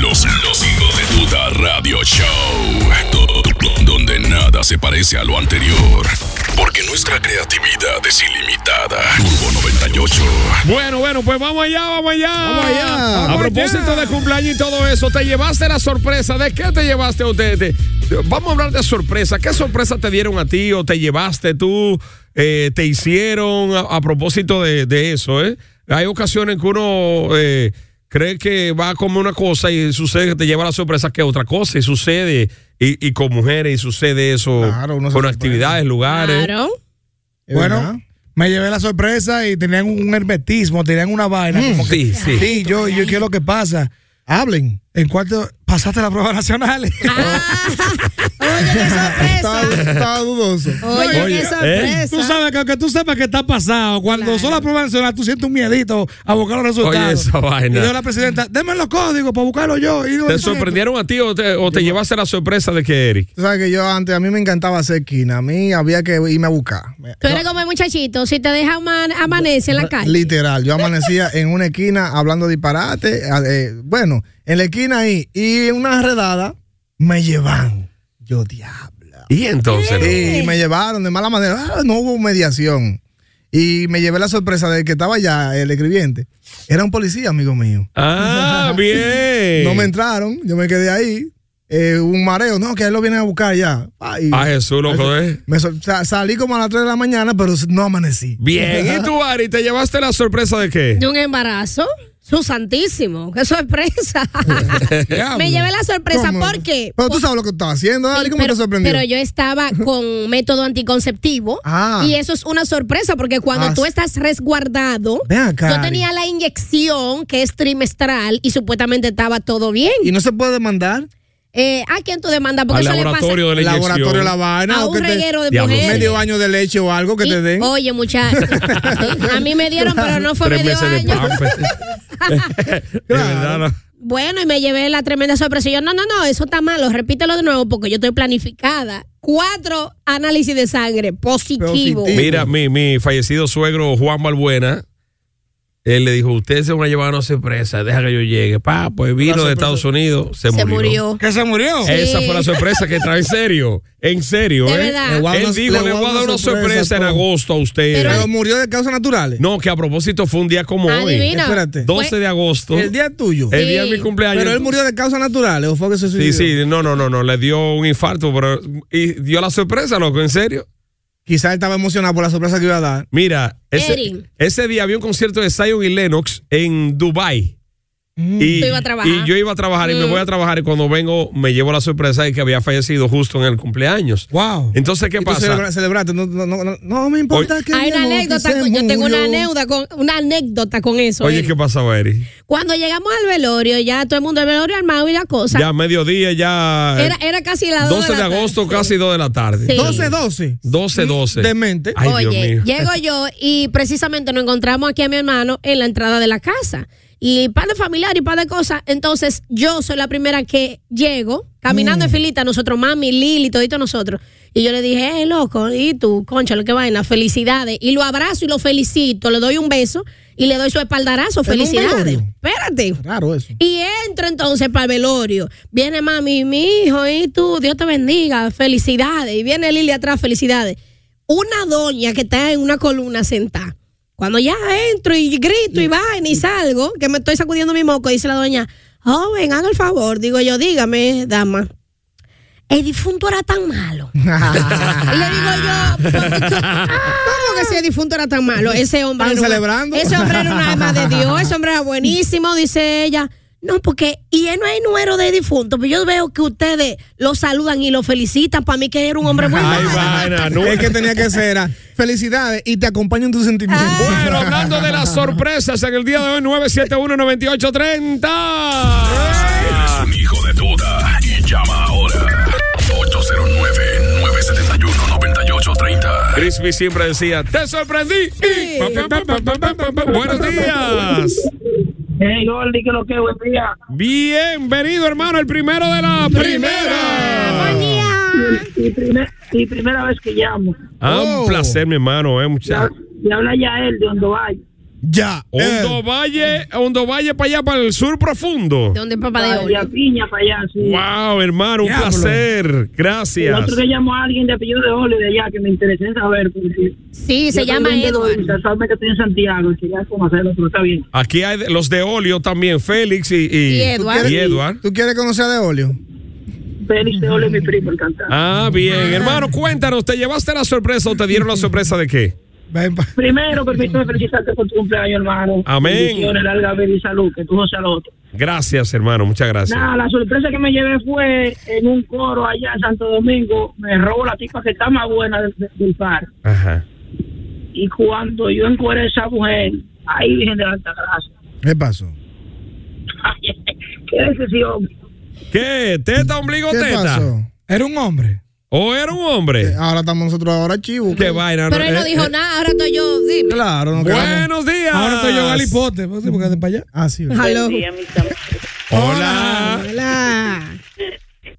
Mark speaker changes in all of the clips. Speaker 1: Los, los hijos de tuta radio show. Do- do- donde nada se parece a lo anterior. Porque nuestra creatividad es ilimitada. Turbo 98.
Speaker 2: Bueno, bueno, pues vamos allá, vamos allá.
Speaker 3: Vamos allá.
Speaker 2: A propósito de cumpleaños y todo eso, te llevaste la sorpresa. ¿De qué te llevaste o te- te- Vamos a hablar de sorpresa. ¿Qué sorpresa te dieron a ti o te llevaste tú? eh, te hicieron a, a propósito de, de eso, ¿eh? Hay ocasiones que uno eh, cree que va a comer una cosa y sucede que te lleva la sorpresa que es otra cosa y sucede. Y, y con mujeres y sucede eso
Speaker 3: Claro, uno se
Speaker 2: con
Speaker 3: sorprende.
Speaker 2: actividades, lugares.
Speaker 4: Claro.
Speaker 3: Bueno, me llevé la sorpresa y tenían un hermetismo, tenían una vaina. como que,
Speaker 2: Mm, Sí, sí.
Speaker 3: sí, yo, yo quiero que pasa. Hablen. En cuarto, pasaste la prueba nacional.
Speaker 4: Ah, Oye, qué
Speaker 5: Está,
Speaker 4: sorpresa.
Speaker 5: está dudoso.
Speaker 4: Oye,
Speaker 2: Oye, ¿eh?
Speaker 4: qué sorpresa.
Speaker 3: Tú sabes que aunque tú sepas que está pasado, cuando son las pruebas nacionales, tú sientes un miedito a buscar los resultados.
Speaker 2: Oye, esa vaina.
Speaker 3: Y dijo la presidenta, denme los códigos para buscarlo yo. Y digo,
Speaker 2: ¿Te
Speaker 3: "Sí".
Speaker 2: sorprendieron a ti o te, o te llevaste la sorpresa de que Eric?
Speaker 5: Tú sabes que yo antes, a mí me encantaba hacer esquina. A mí había que irme a buscar.
Speaker 4: Tú eres como el muchachito, si te deja aman- amanece en la calle.
Speaker 5: Literal, yo amanecía en una esquina hablando disparate. a- eh, bueno, en la esquina ahí. Y en una redada me llevan. Yo diablo.
Speaker 2: Y entonces.
Speaker 5: Y me llevaron de mala manera. Ah, no hubo mediación. Y me llevé la sorpresa del que estaba allá, el escribiente. Era un policía, amigo mío.
Speaker 2: Ah, bien.
Speaker 5: No me entraron, yo me quedé ahí. Eh, hubo un mareo, no, que él lo viene a buscar ya. Ah, y-
Speaker 2: A Jesús, loco, ¿eh?
Speaker 5: Me sol- sa- salí como a las 3 de la mañana, pero no amanecí.
Speaker 2: Bien. ¿Y tú, Ari, te llevaste la sorpresa de qué?
Speaker 4: De un embarazo. Su santísimo, qué sorpresa. Me llevé la sorpresa
Speaker 5: ¿Cómo?
Speaker 4: porque.
Speaker 5: Pero tú sabes lo que estaba haciendo, Ari, ¿cómo
Speaker 4: pero,
Speaker 5: te sorprendió?
Speaker 4: pero yo estaba con método anticonceptivo
Speaker 5: Ah.
Speaker 4: y eso es una sorpresa porque cuando
Speaker 5: Ah,
Speaker 4: tú
Speaker 5: sí.
Speaker 4: estás resguardado,
Speaker 5: Ven acá,
Speaker 4: yo
Speaker 5: Ari.
Speaker 4: tenía la inyección que es trimestral y supuestamente estaba todo bien.
Speaker 5: ¿Y no se puede demandar?
Speaker 4: Eh, ¿A quién tú demandas?
Speaker 2: Al
Speaker 4: Porque eso le pasa
Speaker 2: laboratorio de la inyección.
Speaker 5: Laboratorio la vaina.
Speaker 4: a
Speaker 5: o
Speaker 4: un
Speaker 5: que te-
Speaker 4: reguero de
Speaker 2: Diablo,
Speaker 4: mujeres.
Speaker 5: medio año de leche o algo que
Speaker 4: Y-
Speaker 5: te den.
Speaker 4: Oye, muchachos, a mí me dieron, pero no fue
Speaker 2: Tres
Speaker 4: medio
Speaker 2: meses de
Speaker 4: año.
Speaker 2: Pampers. De verdad, no.
Speaker 4: Bueno, y me llevé la tremenda sorpresa. Y yo, no, no, no, eso está malo, repítelo de nuevo porque yo estoy planificada. Cuatro análisis de sangre positivo.
Speaker 5: Positivo.
Speaker 2: Mira, mi, mi fallecido suegro Juan Balbuena, él le dijo, usted se van a llevar una sorpresa, deja que yo llegue. Pa, pues vino de Estados Unidos, se,
Speaker 4: Se
Speaker 2: murió.
Speaker 4: murió.
Speaker 3: Que se murió.
Speaker 4: Sí.
Speaker 2: Esa fue la sorpresa que trae en serio, en serio,
Speaker 4: De
Speaker 2: ¿eh?
Speaker 4: verdad. Le
Speaker 5: voy a dar
Speaker 2: Él
Speaker 5: una-
Speaker 2: dijo, le voy a dar una sorpresa en
Speaker 5: todo".
Speaker 2: agosto a usted.
Speaker 4: Pero-
Speaker 5: Pero murió de causas naturales.
Speaker 2: No, que a propósito fue un día como hoy.
Speaker 4: Adivina.
Speaker 5: Espérate.
Speaker 2: 12 de agosto.
Speaker 5: El día tuyo.
Speaker 2: el día de
Speaker 4: Sí.
Speaker 2: mi cumpleaños.
Speaker 5: Pero él murió de causas naturales o fue que se suicidó.
Speaker 2: Sí, sí, no, no, no, no. Le dio un infarto, pero y dio la sorpresa, loco, en serio.
Speaker 5: Quizás estaba emocionado por la sorpresa que iba a dar.
Speaker 2: Mira, ese,
Speaker 4: Erin.
Speaker 2: ese día había un concierto de Zion y Lennox en Dubai.
Speaker 5: Mm.
Speaker 2: Y,
Speaker 4: Tú ibas a trabajar. Mm.
Speaker 2: y yo iba a trabajar y me voy a trabajar y cuando vengo me llevo la sorpresa de que había fallecido justo en el cumpleaños.
Speaker 5: Wow.
Speaker 2: Entonces, ¿qué
Speaker 5: Y tú
Speaker 2: pasa?
Speaker 5: celebra- celebraste. No, no, no, no, no me importa que
Speaker 4: Hay una
Speaker 5: digamos que
Speaker 4: anécdota,
Speaker 5: se
Speaker 4: con- yo tengo una
Speaker 5: murió.
Speaker 4: anécdota con, una anécdota con eso.
Speaker 2: Oye,
Speaker 4: Eli.
Speaker 2: ¿qué pasaba, Eri?
Speaker 4: Cuando llegamos al velorio, ya todo el mundo el velorio armado y la cosa.
Speaker 2: ya mediodía, ya eh,
Speaker 4: era, era casi la
Speaker 2: 12 de agosto, casi 2 de la tarde.
Speaker 4: Sí.
Speaker 5: 12, 12.
Speaker 2: 12, 12.
Speaker 5: Demente.
Speaker 2: Ay, Dios
Speaker 4: Oye,
Speaker 2: mío.
Speaker 4: llego yo y precisamente nos encontramos aquí a mi hermano en la entrada de la casa. y par de familiares y par de cosas. Entonces, yo soy la primera que llego caminando
Speaker 2: Mm.
Speaker 4: en filita, nosotros, mami, Lili, todito nosotros. Y yo le dije, hey, loco, y tú, concha, lo que vaina, felicidades. Y lo abrazo y lo felicito, le doy un beso y le doy su espaldarazo,
Speaker 5: ¿En un
Speaker 4: felicidades.
Speaker 5: velorio?
Speaker 4: Espérate.
Speaker 5: Raro eso.
Speaker 4: Y entro entonces para el velorio. Viene mami, mi hijo, y tú, Dios te bendiga, felicidades. Y viene Lili atrás, felicidades. Una doña que está en una columna sentada. Cuando ya entro y grito y vaina y salgo, que me estoy sacudiendo mi moco, dice la doña, joven, haga el favor. Digo yo, dígame, dama. El difunto era tan malo. y le digo yo, ¿por qué? ¿cómo que ese difunto era tan malo? Ese hombre.
Speaker 5: ¿Están
Speaker 4: era un-
Speaker 5: celebrando?
Speaker 4: Ese hombre era un alma de Dios, ese hombre era buenísimo, dice ella. No, porque, y él no hay número de difunto, pero yo veo que ustedes lo saludan y lo felicitan. Para mí que era un hombre muy
Speaker 2: Ay,
Speaker 4: malo.
Speaker 2: vaina, no.
Speaker 5: Es que tenía que ser. ah. era, Felicidades y te acompaño en tus sentimientos.
Speaker 2: Bueno, hablando de las sorpresas en el día de hoy, 971-9830.
Speaker 1: Eres un hijo de duda y llama ahora. 809-971-9830.
Speaker 2: Crispy siempre decía, te sorprendí. Pa, pa, pa, pa, pa, pa, pa. Buenos días.
Speaker 6: Hey, Gordy, que lo que buen día.
Speaker 2: Bienvenido, hermano, el primero de la primera.
Speaker 6: Mi, primer- mi primera vez que llamo.
Speaker 2: Ah,
Speaker 5: Oh.
Speaker 2: un placer, mi hermano, eh, muchacho.
Speaker 6: Me habla Oh. ya él de Hondo Valle.
Speaker 5: Ya.
Speaker 2: Hondo Valle, Hondo Valle para allá, para el sur profundo.
Speaker 4: ¿De dónde es papá de
Speaker 6: Ah, De
Speaker 4: hoy?
Speaker 6: Piña para allá, sí.
Speaker 2: Oh. Wow, hermano, un
Speaker 5: Diablo.
Speaker 2: placer.
Speaker 6: El
Speaker 2: Gracias.
Speaker 6: otro que llamó a alguien de apellido de Ole de allá que me interesé en saber. Porque
Speaker 4: Sí, se
Speaker 6: yo
Speaker 4: llama
Speaker 6: también de Ole,
Speaker 4: Edward.
Speaker 6: Casualmente estoy en Santiago, quería conocerlo, pero está bien.
Speaker 2: Aquí hay de- los de Olio también, Félix y, y,
Speaker 4: Y Edward.
Speaker 2: y Edward.
Speaker 5: ¿Tú quieres conocer a Deolio?
Speaker 6: Félix de Ole, mi primo, el cantante.
Speaker 2: Ah, bien. Hermano, cuéntanos, ¿te llevaste la sorpresa o te dieron la sorpresa de qué?
Speaker 5: Ven pa-
Speaker 6: Primero, permíteme felicitarte por tu cumpleaños, hermano.
Speaker 2: Amén.
Speaker 6: Bendiciones, larga vida y salud, que tú no seas lo otro.
Speaker 2: Gracias, hermano, muchas gracias.
Speaker 6: Nada, la sorpresa que me llevé fue en un coro allá en Santo Domingo. Me robó la tipa que está más buena del, del par.
Speaker 2: Ajá.
Speaker 6: Y cuando yo encuentro a esa mujer, ahí Virgen de la Altagracia.
Speaker 5: ¿Qué pasó?
Speaker 6: Qué decisión.
Speaker 2: ¿Qué? ¿Teta, ombligo,
Speaker 5: ¿Qué
Speaker 2: teta?
Speaker 5: pasó?
Speaker 3: Era un hombre.
Speaker 2: ¿O era un hombre?
Speaker 5: Ahora estamos nosotros ahora chivo.
Speaker 2: Qué vaina.
Speaker 4: Pero él
Speaker 2: eh,
Speaker 4: no dijo
Speaker 2: eh,
Speaker 4: nada, ahora estoy yo. Dime.
Speaker 5: Claro, no quedamos.
Speaker 2: Buenos días.
Speaker 3: Ahora estoy yo galipote. pues, sí, Porque de para allá.
Speaker 5: Ah, sí. ¿verdad?
Speaker 4: Aló.
Speaker 2: Hola.
Speaker 4: Hola.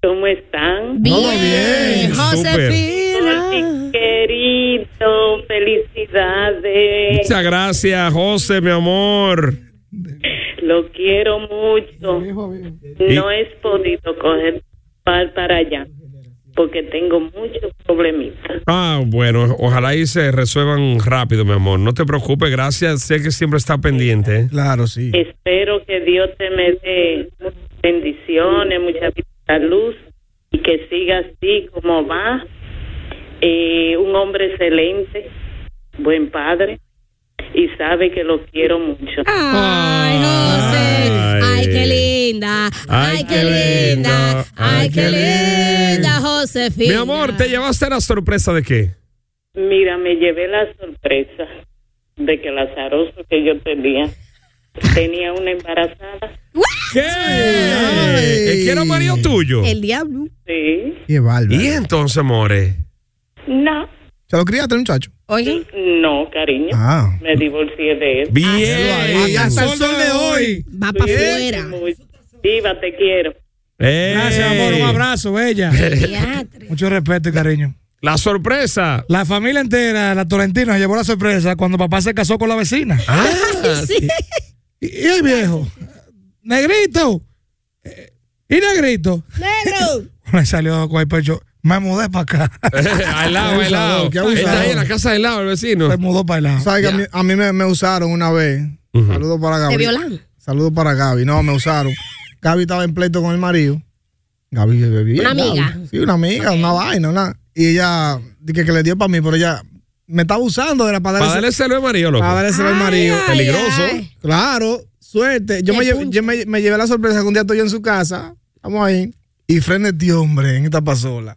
Speaker 7: ¿Cómo están?
Speaker 4: Bien.
Speaker 2: bien,
Speaker 4: Josefina.
Speaker 7: Querido, felicidades.
Speaker 2: Muchas gracias, José, mi amor.
Speaker 7: Lo quiero mucho. No he podido coger par para allá porque tengo muchos problemitas.
Speaker 2: Ah, bueno, ojalá y se resuelvan rápido, mi amor. No te preocupes, gracias. Sé que siempre está pendiente. ¿eh?
Speaker 5: Claro, sí.
Speaker 7: Espero que Dios te me dé muchas bendiciones, mucha vida, luz y que siga así como va. Eh, un hombre excelente, buen padre y sabe que lo quiero mucho.
Speaker 4: Ay, José.
Speaker 2: Ay.
Speaker 4: Ay, qué linda. Ay, qué linda. Ay, qué linda, Josefina.
Speaker 2: Mi amor, ¿te llevaste la sorpresa de qué?
Speaker 7: Mira, me llevé la sorpresa de que el azaroso que yo tenía tenía una embarazada.
Speaker 2: ¿Qué? ¿Es que era marido tuyo?
Speaker 4: El diablo.
Speaker 7: Sí.
Speaker 5: Qué bárbaro.
Speaker 2: Y entonces, more.
Speaker 7: No,
Speaker 5: ¿Se lo criaste, muchacho?
Speaker 4: Oye.
Speaker 7: no, cariño.
Speaker 5: Ah.
Speaker 7: Me divorcié de él.
Speaker 2: Bien.
Speaker 3: Hasta el sol de hoy.
Speaker 4: Va para afuera.
Speaker 7: Viva, te quiero.
Speaker 2: Ey.
Speaker 3: Gracias, amor. Un abrazo, bella.
Speaker 4: Teatro.
Speaker 3: Mucho respeto y cariño.
Speaker 2: La sorpresa.
Speaker 3: La familia entera, la Tolentino, llevó la sorpresa cuando papá se casó con la vecina.
Speaker 2: Ah,
Speaker 3: Y, y el viejo, negrito, eh, y negrito.
Speaker 4: Negro.
Speaker 3: Me salió con el pecho, me mudé para acá.
Speaker 2: al lado, al lado.
Speaker 5: Qué abusador.
Speaker 2: Está ahí en la casa del lado, el vecino.
Speaker 3: se mudó para el lado.
Speaker 5: ¿Sabes que a mí, a mí me, me usaron una vez? Saludos para
Speaker 4: Te
Speaker 5: Gaby.
Speaker 4: violan.
Speaker 5: Saludos para Gaby. No, me usaron. Gaby estaba en pleito con el marido. Gaby bebé bien,
Speaker 4: Una
Speaker 5: Gaby.
Speaker 4: amiga.
Speaker 5: Sí, una amiga, una vaina, una. Y ella, dije que le dio para mí, pero ella me estaba usando de la para
Speaker 2: Para
Speaker 5: darle
Speaker 2: darle celo de marido, loco.
Speaker 5: para darle celo al marido.
Speaker 4: ay,
Speaker 2: Peligroso.
Speaker 4: ay.
Speaker 5: Claro, suerte. Yo,
Speaker 4: Qué
Speaker 5: me llevé,
Speaker 4: punto.
Speaker 5: yo me, me llevé la sorpresa que un día estoy yo en su casa. Vamos ahí. Y frene este hombre en esta pasola.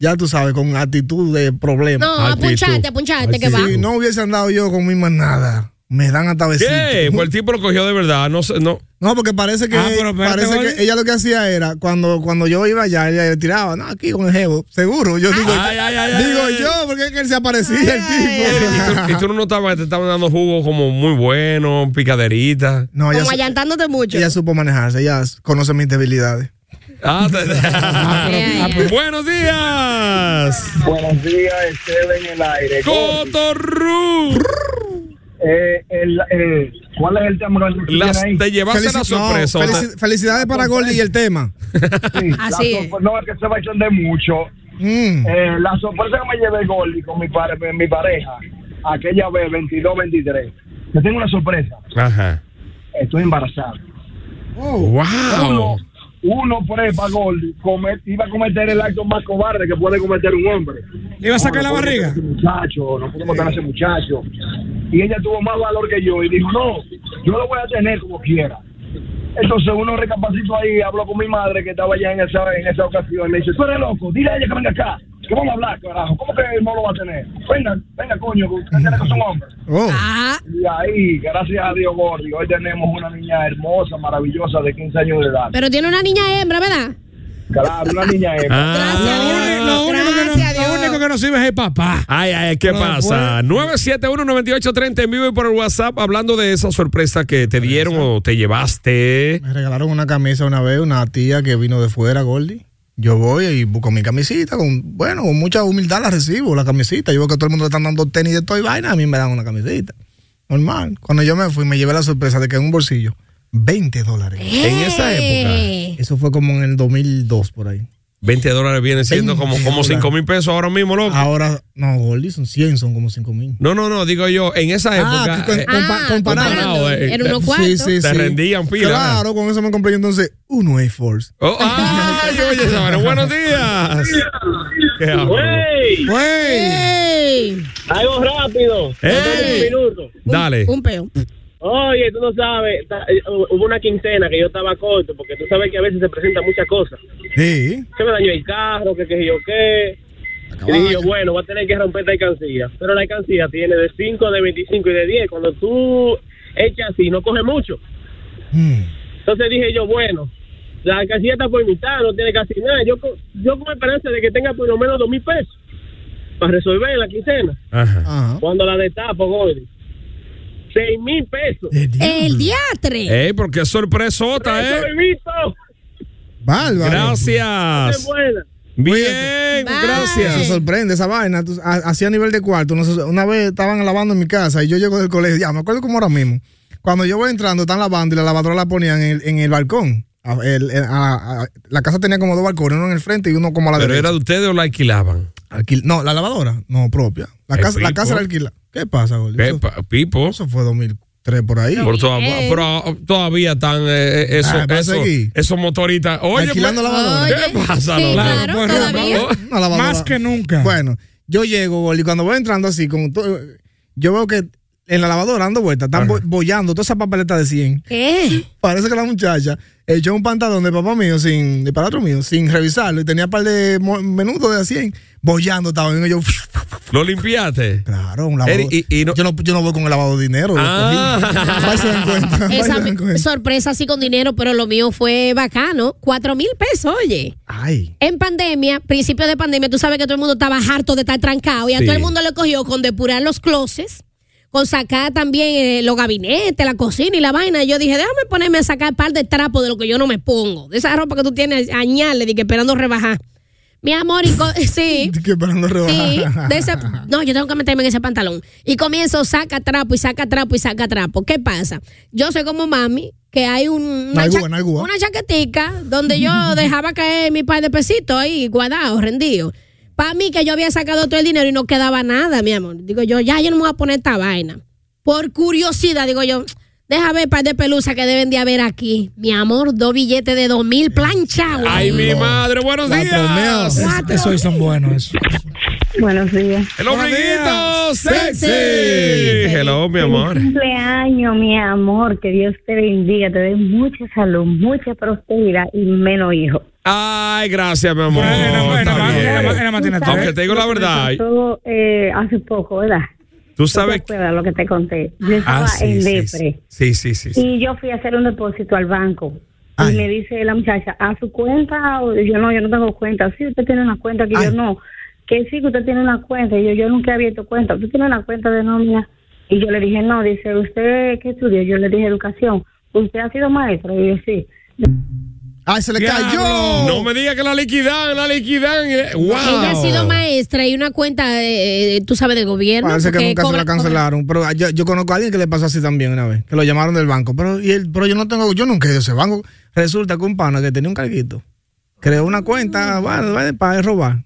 Speaker 5: Ya tú sabes, con actitud de problema.
Speaker 4: No,
Speaker 2: Actitud.
Speaker 4: apunchate, apunchate, que va.
Speaker 5: Si no hubiese andado yo con mi manada, me dan hasta besitos.
Speaker 2: ¿Qué? Pues el tipo lo cogió de verdad. No sé, no.
Speaker 5: No, porque parece que,
Speaker 2: Ah, pero espérate,
Speaker 5: parece
Speaker 2: oye.
Speaker 5: que ella lo que hacía era, cuando, cuando yo iba allá, ella le tiraba, no, aquí con el jevo, seguro.
Speaker 4: Ah.
Speaker 5: Yo digo,
Speaker 2: Ay, ay, ay, ay,
Speaker 5: digo
Speaker 2: ay,
Speaker 5: yo, porque es que él se aparecía el tipo.
Speaker 2: Y tú, y tú no notabas que te estaban dando jugo como muy bueno, picaderitas.
Speaker 5: No, ella,
Speaker 4: Como
Speaker 5: su-
Speaker 4: allantándote mucho.
Speaker 5: ella supo manejarse, ella conoce mis debilidades.
Speaker 2: Ah, te-
Speaker 5: ah,
Speaker 4: Ay, ay,
Speaker 2: Buenos días.
Speaker 6: Buenos días, Esteban en el aire.
Speaker 2: Cotorru.
Speaker 6: Eh, el- eh, ¿Cuál es el tema que tú tienes
Speaker 2: Las-
Speaker 6: ahí?
Speaker 2: te llevaste
Speaker 5: Felici-
Speaker 2: la sorpresa.
Speaker 5: no,
Speaker 2: o sea,
Speaker 5: felici- felicidades para Goldie y el tema.
Speaker 6: Sí,
Speaker 4: Así
Speaker 6: la
Speaker 4: es.
Speaker 6: sorpre- No, es que se va a extender mucho.
Speaker 5: Mm.
Speaker 6: Eh, la sorpresa que me llevé Gordy con mi, pare- mi pareja, aquella vez, 22-23. Yo tengo una sorpresa.
Speaker 2: Ajá.
Speaker 6: Estoy embarazada. Uno,
Speaker 3: Oh.
Speaker 2: Wow.
Speaker 6: uno prepa Gordy, come- iba a cometer el acto más cobarde que puede cometer un hombre.
Speaker 3: ¿Le iba a sacar la
Speaker 6: no podemos
Speaker 3: barriga?
Speaker 6: tener ese Muchacho, no podemos tener ese muchacho. Y ella tuvo más valor que yo y dijo, no, yo lo voy a tener como quiera. Entonces uno recapacitó ahí, habló con mi madre que estaba allá en esa, en esa ocasión y me dice, tú eres loco, dile a ella que venga acá, que vamos a hablar, carajo, ¿cómo que no lo va a tener? Venga, venga, coño, que ustedes tienen que son hombres.
Speaker 5: Oh.
Speaker 4: Ah,
Speaker 6: Y ahí, gracias a Dios, Gordi, hoy tenemos una niña hermosa, maravillosa, de 15 años de edad.
Speaker 4: pero tiene una niña hembra, ¿verdad?
Speaker 6: Claro, una niña hembra.
Speaker 2: Ah,
Speaker 4: Gracias a Dios.
Speaker 3: Lo único que no-
Speaker 4: Gracias a
Speaker 3: lo
Speaker 4: Dios.
Speaker 3: único que no sirve es el papá.
Speaker 2: Ay, ay, ¿qué pasa? 971-9830 en vivo y por el WhatsApp hablando de esa sorpresa que te dieron o te llevaste.
Speaker 5: Me regalaron una camisa una vez, una tía que vino de fuera, Goldie. Yo voy y busco mi camisita, con, bueno, con mucha humildad la recibo, la camisita. Yo veo que a todo el mundo le están dando tenis de toda y vaina, a mí me dan una camisita. Normal. Cuando yo me fui, me llevé la sorpresa de que en un bolsillo, 20 dólares.
Speaker 2: En esa época,
Speaker 5: Eso fue como en el 2002 por ahí.
Speaker 2: 20 dólares viene siendo
Speaker 5: 20
Speaker 2: como, como
Speaker 5: dólares.
Speaker 2: 5 mil pesos ahora mismo, loco.
Speaker 5: Ahora, no, Goldie, son 100, son como 5 mil.
Speaker 2: No, no, no, digo yo, en esa época.
Speaker 5: que con-
Speaker 2: eh,
Speaker 5: compa-
Speaker 4: Ah,
Speaker 5: comparado.
Speaker 4: comparado,
Speaker 2: eh,
Speaker 4: Era
Speaker 2: eh,
Speaker 4: uno cuarto.
Speaker 5: Sí, sí,
Speaker 2: Te
Speaker 5: sí.
Speaker 2: rendían pila.
Speaker 5: Claro, con eso me compré yo entonces un Air Force.
Speaker 2: oh, ay, oye, Sabana, buenos días. Qué aburrido.
Speaker 6: ¡Ey!
Speaker 4: Ey,
Speaker 6: Algo rápido.
Speaker 2: ¡Ey!
Speaker 6: minuto.
Speaker 2: Dale.
Speaker 4: Un peo.
Speaker 6: Oye, tú no sabes, ta- eh, hubo una quincena que yo estaba corto, porque tú sabes que a veces se presentan muchas cosas.
Speaker 5: Sí.
Speaker 6: Se me dañó el carro, que qué sé yo qué. Y dije yo, bueno, voy a tener que romper esta alcancía. Pero la alcancía tiene de 5, de 25 y de 10. Cuando tú echas así, no coge mucho.
Speaker 5: Mm.
Speaker 6: Entonces dije yo, bueno, la alcancía está por mitad, no tiene casi nada. Yo, co- yo con esperanza de que tenga por lo menos 2 mil pesos para resolver la quincena.
Speaker 2: Ajá.
Speaker 5: Ajá.
Speaker 6: Cuando la destapo, Gordy. 6 mil pesos.
Speaker 4: El diatre.
Speaker 2: Ey, pero qué sorpresota, eh.
Speaker 6: ¡Resolvito!
Speaker 5: Bárbaro.
Speaker 6: ¡Qué
Speaker 2: Gracias.
Speaker 6: buena!
Speaker 2: Bien,
Speaker 4: Bye.
Speaker 5: Eso
Speaker 2: gracias.
Speaker 5: sorprende esa vaina. tú- a- Así a nivel de cuarto. no sé, Una vez estaban lavando en mi casa y yo llego del colegio. Ya, me acuerdo como ahora mismo. Cuando yo voy entrando, están lavando y la lavadora la ponían en el, en el balcón. A- el- el- a- a- la casa tenía como dos balcones, uno en el frente y uno como a la
Speaker 2: Pero
Speaker 5: derecha.
Speaker 2: era de ustedes o la alquilaban.
Speaker 5: Alquil- no, la lavadora, no propia. La
Speaker 2: Ay,
Speaker 5: casa, la
Speaker 2: pipo.
Speaker 5: casa era alquilada. ¿Qué pasa, Gordy? Eso,
Speaker 2: Pepa, Pipo.
Speaker 5: eso fue 2003 por ahí.
Speaker 2: Por toda-
Speaker 4: Eh.
Speaker 2: pero ah, todavía están eh, eh, esos-
Speaker 5: Ah, va a
Speaker 2: esos-
Speaker 5: seguir.
Speaker 2: esos motoristas. Oye,
Speaker 5: Alquilando
Speaker 2: pues,
Speaker 5: lavadora.
Speaker 2: ¿qué pasa,
Speaker 4: Sí,
Speaker 2: Lola?
Speaker 4: claro,
Speaker 2: Pues,
Speaker 4: todavía.
Speaker 2: no,
Speaker 5: Una lavadora.
Speaker 3: Más que nunca.
Speaker 5: Bueno, yo llego, Goli, cuando voy entrando así, con todo- yo veo que en la lavadora dando vueltas, están bo- bollando toda esa papeleta de 100.
Speaker 4: ¿Qué?
Speaker 5: Parece que la muchacha echó un pantalón de papá mío, sin, de paratro mío, sin revisarlo, y tenía un par de mo- menudos de a 100, bollando también. y yo,
Speaker 2: ¿Lo limpiaste?
Speaker 5: claro, un lavado.
Speaker 2: Eri, y- y no-
Speaker 5: yo, no, yo no voy con el lavado de dinero. lo
Speaker 2: Ah.
Speaker 5: cogí. Ahí se dan cuenta, ahí se
Speaker 4: Esa
Speaker 5: dan cuenta.
Speaker 4: sorpresa así con dinero, pero lo mío fue bacano. Cuatro mil pesos, oye.
Speaker 5: Ay.
Speaker 4: En pandemia, principio de pandemia, tú sabes que todo el mundo estaba harto de estar trancado y a
Speaker 2: Sí.
Speaker 4: todo el mundo le cogió con depurar los closets, con sacar también eh, los gabinetes, la cocina y la vaina. Y yo dije, déjame ponerme a sacar un par de trapos de lo que yo no me pongo. De esa ropa que tú tienes, añale, de que esperando rebajar. Mi amor, y co- sí.
Speaker 5: Estoy quebrando
Speaker 4: Sí,
Speaker 5: rebaja.
Speaker 4: de ese- no, yo tengo que meterme en ese pantalón. Y comienzo, saca trapo y saca trapo y saca trapo. ¿Qué pasa? Yo soy como mami, que hay un- una,
Speaker 5: Nalgúa,
Speaker 4: cha-
Speaker 5: nalgúa.
Speaker 4: una chaquetica donde yo dejaba caer mi par de pesitos ahí, guardados, rendidos. Para mí que yo había sacado todo el dinero y no quedaba nada, mi amor. Digo yo, ya, yo no me voy a poner esta vaina. Por curiosidad, digo yo, deja ver par de pelusas que deben de haber aquí. Mi amor, dos billetes de dos mil planchados.
Speaker 2: Ay, mi madre, buenos
Speaker 5: Cuatro
Speaker 2: días.
Speaker 5: meos.
Speaker 3: Es- Eso son buenos. eso.
Speaker 8: Buenos días.
Speaker 2: El
Speaker 3: Buenos
Speaker 2: ombliguito
Speaker 3: días.
Speaker 2: sexy.
Speaker 4: Sexy.
Speaker 2: Hello, mi amor.
Speaker 8: Cumpleaños, mi amor. Que Dios te bendiga, te dé mucha salud, mucha prosperidad y menos hijos.
Speaker 2: Ay, gracias, mi amor.
Speaker 3: Bueno, bueno,
Speaker 2: Está
Speaker 3: bueno,
Speaker 2: bien.
Speaker 3: bueno, bueno, Martina, tú
Speaker 2: Aunque
Speaker 3: ves.
Speaker 2: te digo la verdad,
Speaker 8: Todo eh, hace poco, ¿verdad?
Speaker 2: Tú sabes
Speaker 8: ¿Te acuerdas lo que te conté? Yo estaba
Speaker 2: Ah, sí,
Speaker 8: en
Speaker 2: sí,
Speaker 8: depre.
Speaker 2: Sí, sí, sí. sí.
Speaker 8: Y yo fui a hacer un depósito al banco. Y me dice la muchacha, ¿a su cuenta? O yo no, yo no tengo cuenta. Sí, usted tiene una cuenta que yo no. Que sí, que usted tiene una cuenta. Y yo, yo nunca he abierto cuenta. ¿Usted tiene una cuenta de nómina? Y yo le dije, no. Dice, ¿usted qué estudió? Yo le dije, educación. ¿Usted ha sido maestro? Y yo, sí.
Speaker 5: ¡Ay, se le
Speaker 2: cayó! No me diga que la liquidan, la liquidan. eh, ¡Wow!
Speaker 4: Ella ha sido maestra y una cuenta, eh, eh, tú sabes, del gobierno.
Speaker 5: Parece que
Speaker 4: porque
Speaker 5: nunca se la
Speaker 4: cobra-
Speaker 5: cancelaron. Pero ah, yo, yo conozco a alguien que le pasó así también una vez. Que lo llamaron del banco. Pero, y él, pero yo no tengo, yo nunca he ido a ese banco. Resulta que un pana que tenía un carguito creó una cuenta va- va- para robar.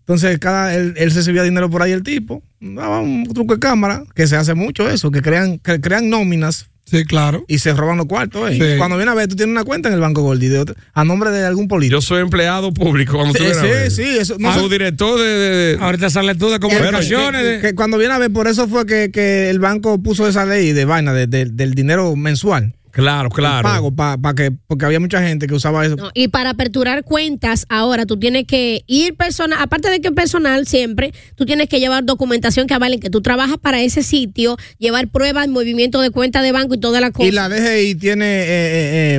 Speaker 5: Entonces cada, él, él recibía dinero por ahí el tipo. Daba un truco de cámara, que se hace mucho eso, que crean, que crean nóminas.
Speaker 3: Sí, claro.
Speaker 5: Y se roban los cuartos. eh.
Speaker 2: Sí.
Speaker 5: Cuando viene a ver, tú tienes una cuenta en el banco Goldie de otro- a nombre de algún político.
Speaker 2: Yo soy empleado público. Cuando
Speaker 5: Sí,
Speaker 2: tú vienes a
Speaker 5: sí,
Speaker 2: ver.
Speaker 5: sí, eso- no
Speaker 2: Ah,
Speaker 5: sé-
Speaker 2: tu director de, de- de-
Speaker 3: Ahorita sale tú de comunicaciones.
Speaker 5: Que, que cuando viene a ver, por eso fue que, que el banco puso esa ley de vaina de- de- del dinero mensual.
Speaker 2: Claro, claro.
Speaker 5: Pago, para que, porque había mucha gente que usaba eso.
Speaker 4: No, y para aperturar cuentas, ahora tú tienes que ir personal, aparte de que personal siempre, tú tienes que llevar documentación que avalen que tú trabajas para ese sitio, llevar pruebas, movimiento de cuenta de banco y toda la cosa.
Speaker 5: y la DGI tiene, eh, eh,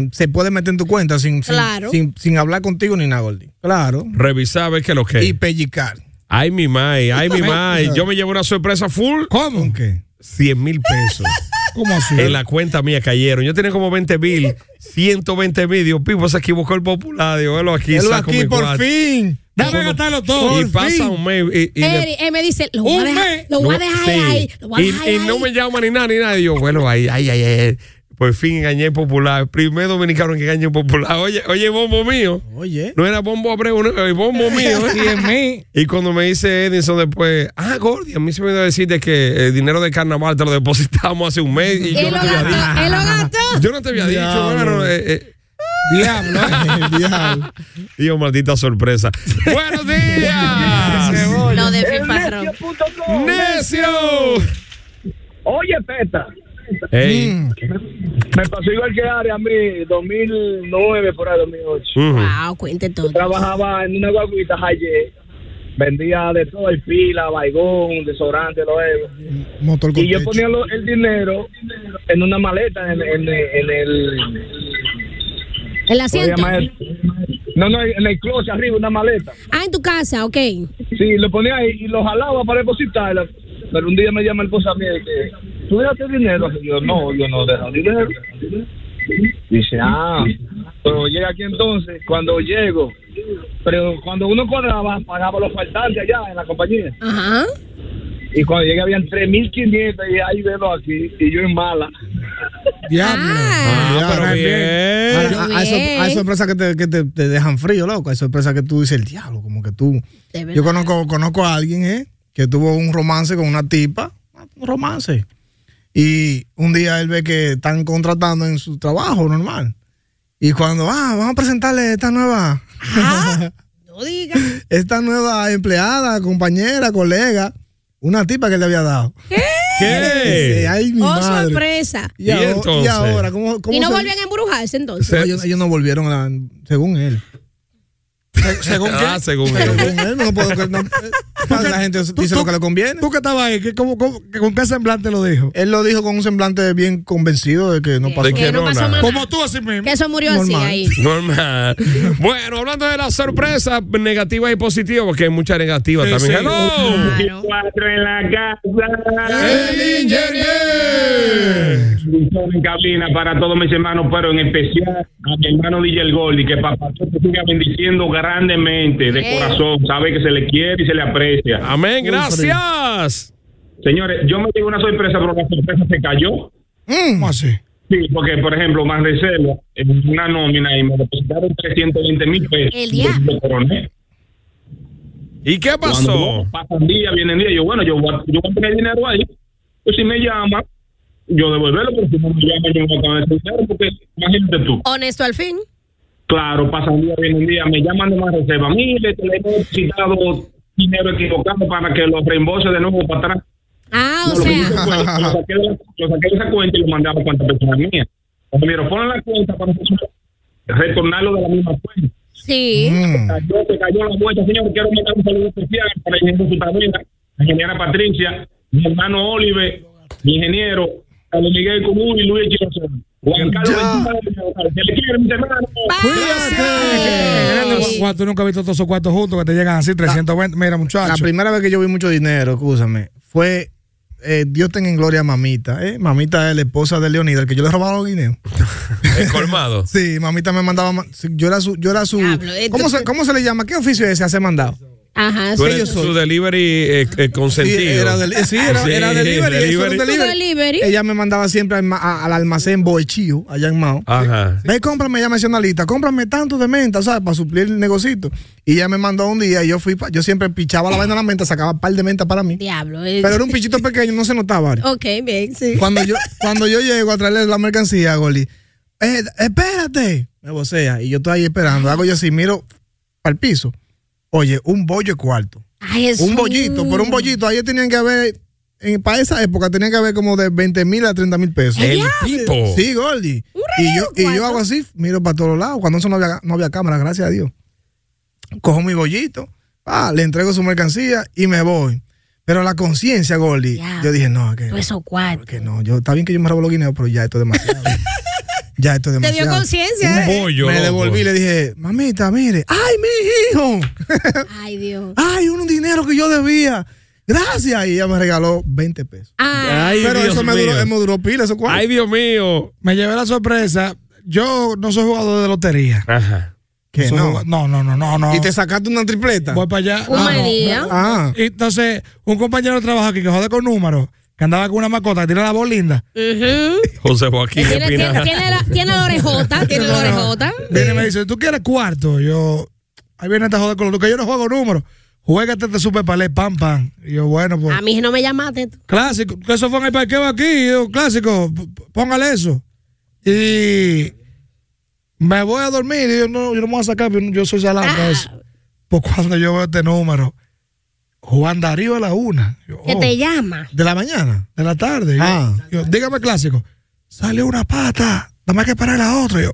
Speaker 5: eh, se puede meter en tu cuenta sin, sin-
Speaker 4: Claro.
Speaker 5: sin, sin hablar contigo ni nada, Gordy. Claro.
Speaker 2: Revisar, ver qué es lo que.
Speaker 5: Y
Speaker 2: es.
Speaker 5: pellicar.
Speaker 2: Ay, mi mai, ay, mi mai. Yo me llevo una sorpresa full.
Speaker 3: ¿Cómo?
Speaker 5: ¿Qué?
Speaker 2: 100 mil pesos.
Speaker 3: ¿Cómo así?
Speaker 2: En la cuenta mía cayeron. Yo tenía como 20 mil, 120 mil. Digo, Pipo se equivocó el popular. Digo, velo aquí,
Speaker 5: Él
Speaker 2: saco
Speaker 5: aquí
Speaker 2: mi
Speaker 5: por
Speaker 2: cuarto.
Speaker 5: fin.
Speaker 3: Dame a gastarlo todo.
Speaker 2: Y
Speaker 3: Por
Speaker 2: pasa
Speaker 3: fin.
Speaker 2: un mes. Y, y de-
Speaker 4: Eri, él me dice, lo voy
Speaker 3: Un
Speaker 4: a dejar,
Speaker 3: mes.
Speaker 4: lo voy a
Speaker 2: no-
Speaker 4: dejar
Speaker 2: sí.
Speaker 4: ahí, lo voy a
Speaker 2: Y-
Speaker 4: dejar
Speaker 2: Y
Speaker 4: ahí.
Speaker 2: no me llama ni nada, ni nada. Y yo, bueno, ay, ay, ay, ay. Por fin engañé el popular. Primer dominicano que engañé el popular. Oye, oye, bombo mío.
Speaker 5: Oye.
Speaker 2: No era bombo Abreu, no, eh, bombo mío.
Speaker 3: Y en mí.
Speaker 2: Y cuando me dice Edison después, ah, Gordy, a mí se me iba a decir de que el dinero de carnaval te lo depositamos hace un mes y
Speaker 4: Él
Speaker 2: yo
Speaker 4: lo
Speaker 2: no te había
Speaker 4: gastó, él lo gastó.
Speaker 2: dicho. Yo no te había dicho,
Speaker 5: Diablo.
Speaker 2: bueno, eh, eh,
Speaker 3: Diablo.
Speaker 5: Diablo.
Speaker 2: Dios, maldita sorpresa. ¡Buenos días!
Speaker 4: Lo de
Speaker 6: El
Speaker 4: FIFA
Speaker 6: necio
Speaker 4: Rock.
Speaker 6: punto com.
Speaker 2: ¡Necio!
Speaker 6: Oye, Peta.
Speaker 2: Ey.
Speaker 6: Me pasó igual que Ari a mí, 2009, por ahí, 2008.
Speaker 2: Ujú.
Speaker 4: Wow, cuente todo.
Speaker 6: Yo trabajaba en una guaguita Jaye. Vendía de todo, el pila, baigón, desodorante, lo eso.
Speaker 5: Motor con
Speaker 6: Y yo
Speaker 5: techo.
Speaker 6: ponía lo- el dinero en una maleta, en, en- en el...
Speaker 4: El
Speaker 6: ¿cómo se
Speaker 4: asiento.
Speaker 6: llama esto? No, no, en el closet arriba, una maleta.
Speaker 4: Ah, en tu casa, ok.
Speaker 6: Sí, lo ponía ahí y lo jalaba para depositarla. Pero un día me llama el esposa mía y dice, ¿tú dejaste dinero? Y yo, no, yo no dejo dinero. Dice, ah, pero llega aquí entonces, cuando llego, pero cuando uno cuadraba, pagaba los faltantes allá en la compañía.
Speaker 4: Ajá.
Speaker 6: Y cuando llegué habían 3.500 y ahí veo aquí, y yo en mala.
Speaker 3: Diablo.
Speaker 4: Ah,
Speaker 5: Diablo.
Speaker 2: pero bien.
Speaker 5: Ahora, a- a- Hay,
Speaker 4: Bien.
Speaker 5: sor- hay sorpresas que, te, que te- te dejan frío, loco. Hay sorpresas que tú dices el diablo, como que tú.
Speaker 4: De verdad.
Speaker 5: Yo conozco, conozco a alguien eh, que tuvo un romance con una tipa, un romance. Y un día él ve que están contratando en su trabajo normal. Y cuando, ah, vamos a presentarle esta nueva,
Speaker 4: Ah. No digas.
Speaker 5: esta nueva empleada, compañera, colega, una tipa que le había dado. Dice,
Speaker 2: ¿Qué?
Speaker 5: Ay, mi
Speaker 4: Oh,
Speaker 5: madre.
Speaker 4: sorpresa.
Speaker 5: Y,
Speaker 2: ¿Y
Speaker 5: aho- y
Speaker 2: entonces?
Speaker 5: ahora, ¿cómo, cómo
Speaker 4: Y no
Speaker 5: se-
Speaker 4: volvían a embrujarse entonces.
Speaker 5: No, ellos, ellos no volvieron, a- según él.
Speaker 3: Según qué.
Speaker 2: Ah, según
Speaker 5: Pero
Speaker 2: él.
Speaker 5: con él no puedo. no, eh, la gente dice
Speaker 3: tú-
Speaker 5: lo que le conviene.
Speaker 3: Tú que estabas ahí, que cómo- cómo- que ¿con qué semblante lo dijo?
Speaker 5: Él lo dijo con un semblante bien convencido de que no pasó
Speaker 2: ¿De
Speaker 5: nada.
Speaker 2: qué
Speaker 4: que no
Speaker 2: no,
Speaker 4: pasó
Speaker 2: nada.
Speaker 4: más
Speaker 3: Como tú así mismo.
Speaker 4: Que eso murió
Speaker 5: Normal.
Speaker 4: así ahí.
Speaker 2: Normal. Bueno, hablando de las sorpresas negativas y positivas, porque hay muchas negativas
Speaker 3: Sí,
Speaker 2: también.
Speaker 3: sí.
Speaker 2: ¡Hello!
Speaker 4: Claro.
Speaker 6: Cuatro en la casa.
Speaker 2: ¡El ingeniero!
Speaker 6: en cabina para todos mis hermanos, pero en especial a mi hermano DJ El Goldi, que papá te siga bendiciendo grandemente, de
Speaker 4: Ey.
Speaker 6: corazón, sabe que se le quiere y se le aprecia.
Speaker 2: Amén, gracias.
Speaker 6: Señores, yo me di una sorpresa, pero la sorpresa se cayó.
Speaker 3: Mm. ¿Cómo así?
Speaker 6: Sí, porque, por ejemplo, más reserva, en una nómina y me depositaron 320 mil pesos.
Speaker 4: El diablo.
Speaker 6: Yo coroné.
Speaker 2: ¿Y qué pasó?
Speaker 6: Cuando pasan días, vienen días, yo, bueno, yo voy a, yo voy a tener dinero ahí. Pues si me llama, yo devolverlo, pero si no me llama, yo no voy a tener ese dinero, porque imagínate tú.
Speaker 4: Honesto al fin.
Speaker 6: Claro, pasa un día, viene un día, me llaman de más reserva. Mire, te le hemos citado dinero equivocado para que lo reembolse de nuevo para atrás.
Speaker 4: Ah,
Speaker 6: No,
Speaker 4: o
Speaker 6: lo que
Speaker 4: sea.
Speaker 6: hice fue, lo saqué de- lo saqué de esa cuenta y lo mandé a la cuenta personal mía. Cuando me lo ponen la cuenta para nosotros retornarlo de la misma cuenta.
Speaker 4: Sí.
Speaker 5: Mm.
Speaker 6: Cayó, se cayó la vuelta, señor. Quiero mandar un saludo especial para la ingeniera Sutamina, la ingeniera Patricia,
Speaker 9: mi hermano Oliver, mi ingeniero, Carlos Miguel Cubu y Luis Chirozón. Juan Carlos Ventura, se le quiere, mis hermanos.
Speaker 3: Grande, Juan, Juan, tú nunca has visto todos esos cuartos juntos que te llegan así, 320. Mira,
Speaker 5: La
Speaker 3: muchachos.
Speaker 5: primera vez que yo vi mucho dinero, escúchame, fue eh, Dios tenga en gloria a mamita. ¿eh? Mamita es la esposa de Leonidas, el que yo le robaba los guineos.
Speaker 2: El colmado.
Speaker 5: Sí, mamita me mandaba. ma- sí, Yo era su. Yo era su ¿cómo, se, ¿Cómo se le llama? ¿Qué oficio es ese? Hace mandado. Ah,
Speaker 4: Ajá,
Speaker 2: Tú
Speaker 4: sí.
Speaker 2: eres su delivery eh, eh, consentido.
Speaker 5: Sí, era, del- sí, era, era delivery. eso era un delivery. Ella me mandaba siempre al, ma- a- al almacén Boechío, allá en Mao.
Speaker 2: Ajá.
Speaker 5: Ve, cómprame, ella me hacía una lista, cómprame tanto de menta, ¿sabes? Para suplir el negocito. Y ella me mandó un día y yo fui, pa- yo siempre pichaba la vaina de la menta, sacaba un par de menta para mí.
Speaker 4: Diablo.
Speaker 5: Pero era un pichito pequeño, no se notaba. Ari.
Speaker 4: Ok, bien, sí.
Speaker 5: Cuando yo, cuando yo llego a traerle la mercancía, Goli, "Eh, espérate, me vocea. Y yo estoy ahí esperando. Hago yo así, miro al piso. Oye, un bollo de cuarto.
Speaker 4: Ay, Jesús.
Speaker 5: Un bollito, por un bollito. Ahí tenían que haber, en- para esa época tenían que haber como de 20 mil a 30 mil pesos.
Speaker 2: El tipo.
Speaker 5: Sí, Gordy. Y yo, y yo hago así, miro para todos lados. Cuando eso no había, no había cámara, gracias a Dios. Cojo mi bollito, ah, le entrego su mercancía y me voy. Pero la conciencia, Gordy, yo dije, no, es que
Speaker 4: Tú eso cuarto.
Speaker 5: que no, yo, está bien que yo me robo los guineos, pero ya esto es demasiado. ya esto es
Speaker 4: Te
Speaker 5: demasiado.
Speaker 4: dio conciencia,
Speaker 5: Me-
Speaker 4: ¿eh? Un bollo,
Speaker 5: Me
Speaker 4: loco.
Speaker 5: devolví y le dije, mamita, mire, ¡ay, mi hijo!
Speaker 4: Ay, Dios.
Speaker 5: ¡Ay, un dinero que yo debía! Gracias. Y ella me regaló 20 pesos.
Speaker 3: Ay,
Speaker 5: pero
Speaker 3: Dios
Speaker 5: eso me
Speaker 3: mío.
Speaker 5: duró, me duró pila, eso cuánto.
Speaker 2: Ay, Dios mío.
Speaker 3: Me llevé la sorpresa. Yo no soy jugador de lotería.
Speaker 2: Ajá.
Speaker 5: ¿Qué
Speaker 3: Soy
Speaker 5: no?
Speaker 3: jugador- no? No, no, no, no.
Speaker 5: ¿Y te sacaste una tripleta?
Speaker 3: Voy para allá.
Speaker 5: Un
Speaker 3: Ah,
Speaker 5: mal
Speaker 3: no.
Speaker 5: día.
Speaker 3: Ah. Y entonces, un compañero de trabajo aquí que jode con números, que andaba con una mascota, que tiene la voz linda.
Speaker 4: Ujú.
Speaker 2: José Joaquín
Speaker 4: Tiene, tiene,
Speaker 2: Espinaja.
Speaker 4: tiene la, tiene la orejota, tiene la orejota.
Speaker 3: Viene y
Speaker 5: Eh.
Speaker 3: me dice, ¿tú quieres cuarto? Yo, ahí viene esta joder con los que yo no juego números. Juégate este super palé, pam, pam. Y yo, bueno, pues.
Speaker 4: A mí no me llamaste tú.
Speaker 3: Clásico, que eso fue en el parqueo aquí, y yo, clásico, p- p- póngale eso. Y me voy a dormir, y yo no, yo no me voy a sacar, yo, no- yo soy salado
Speaker 4: Ah.
Speaker 3: para eso. Pues cuando yo veo este número, Juan Darío a la una. Yo,
Speaker 4: Que
Speaker 3: oh,
Speaker 4: te llama.
Speaker 5: ¿De la mañana?
Speaker 3: De la tarde. Yo- yo, dígame clásico. Salió una pata, nada más que parar la otra. Yo,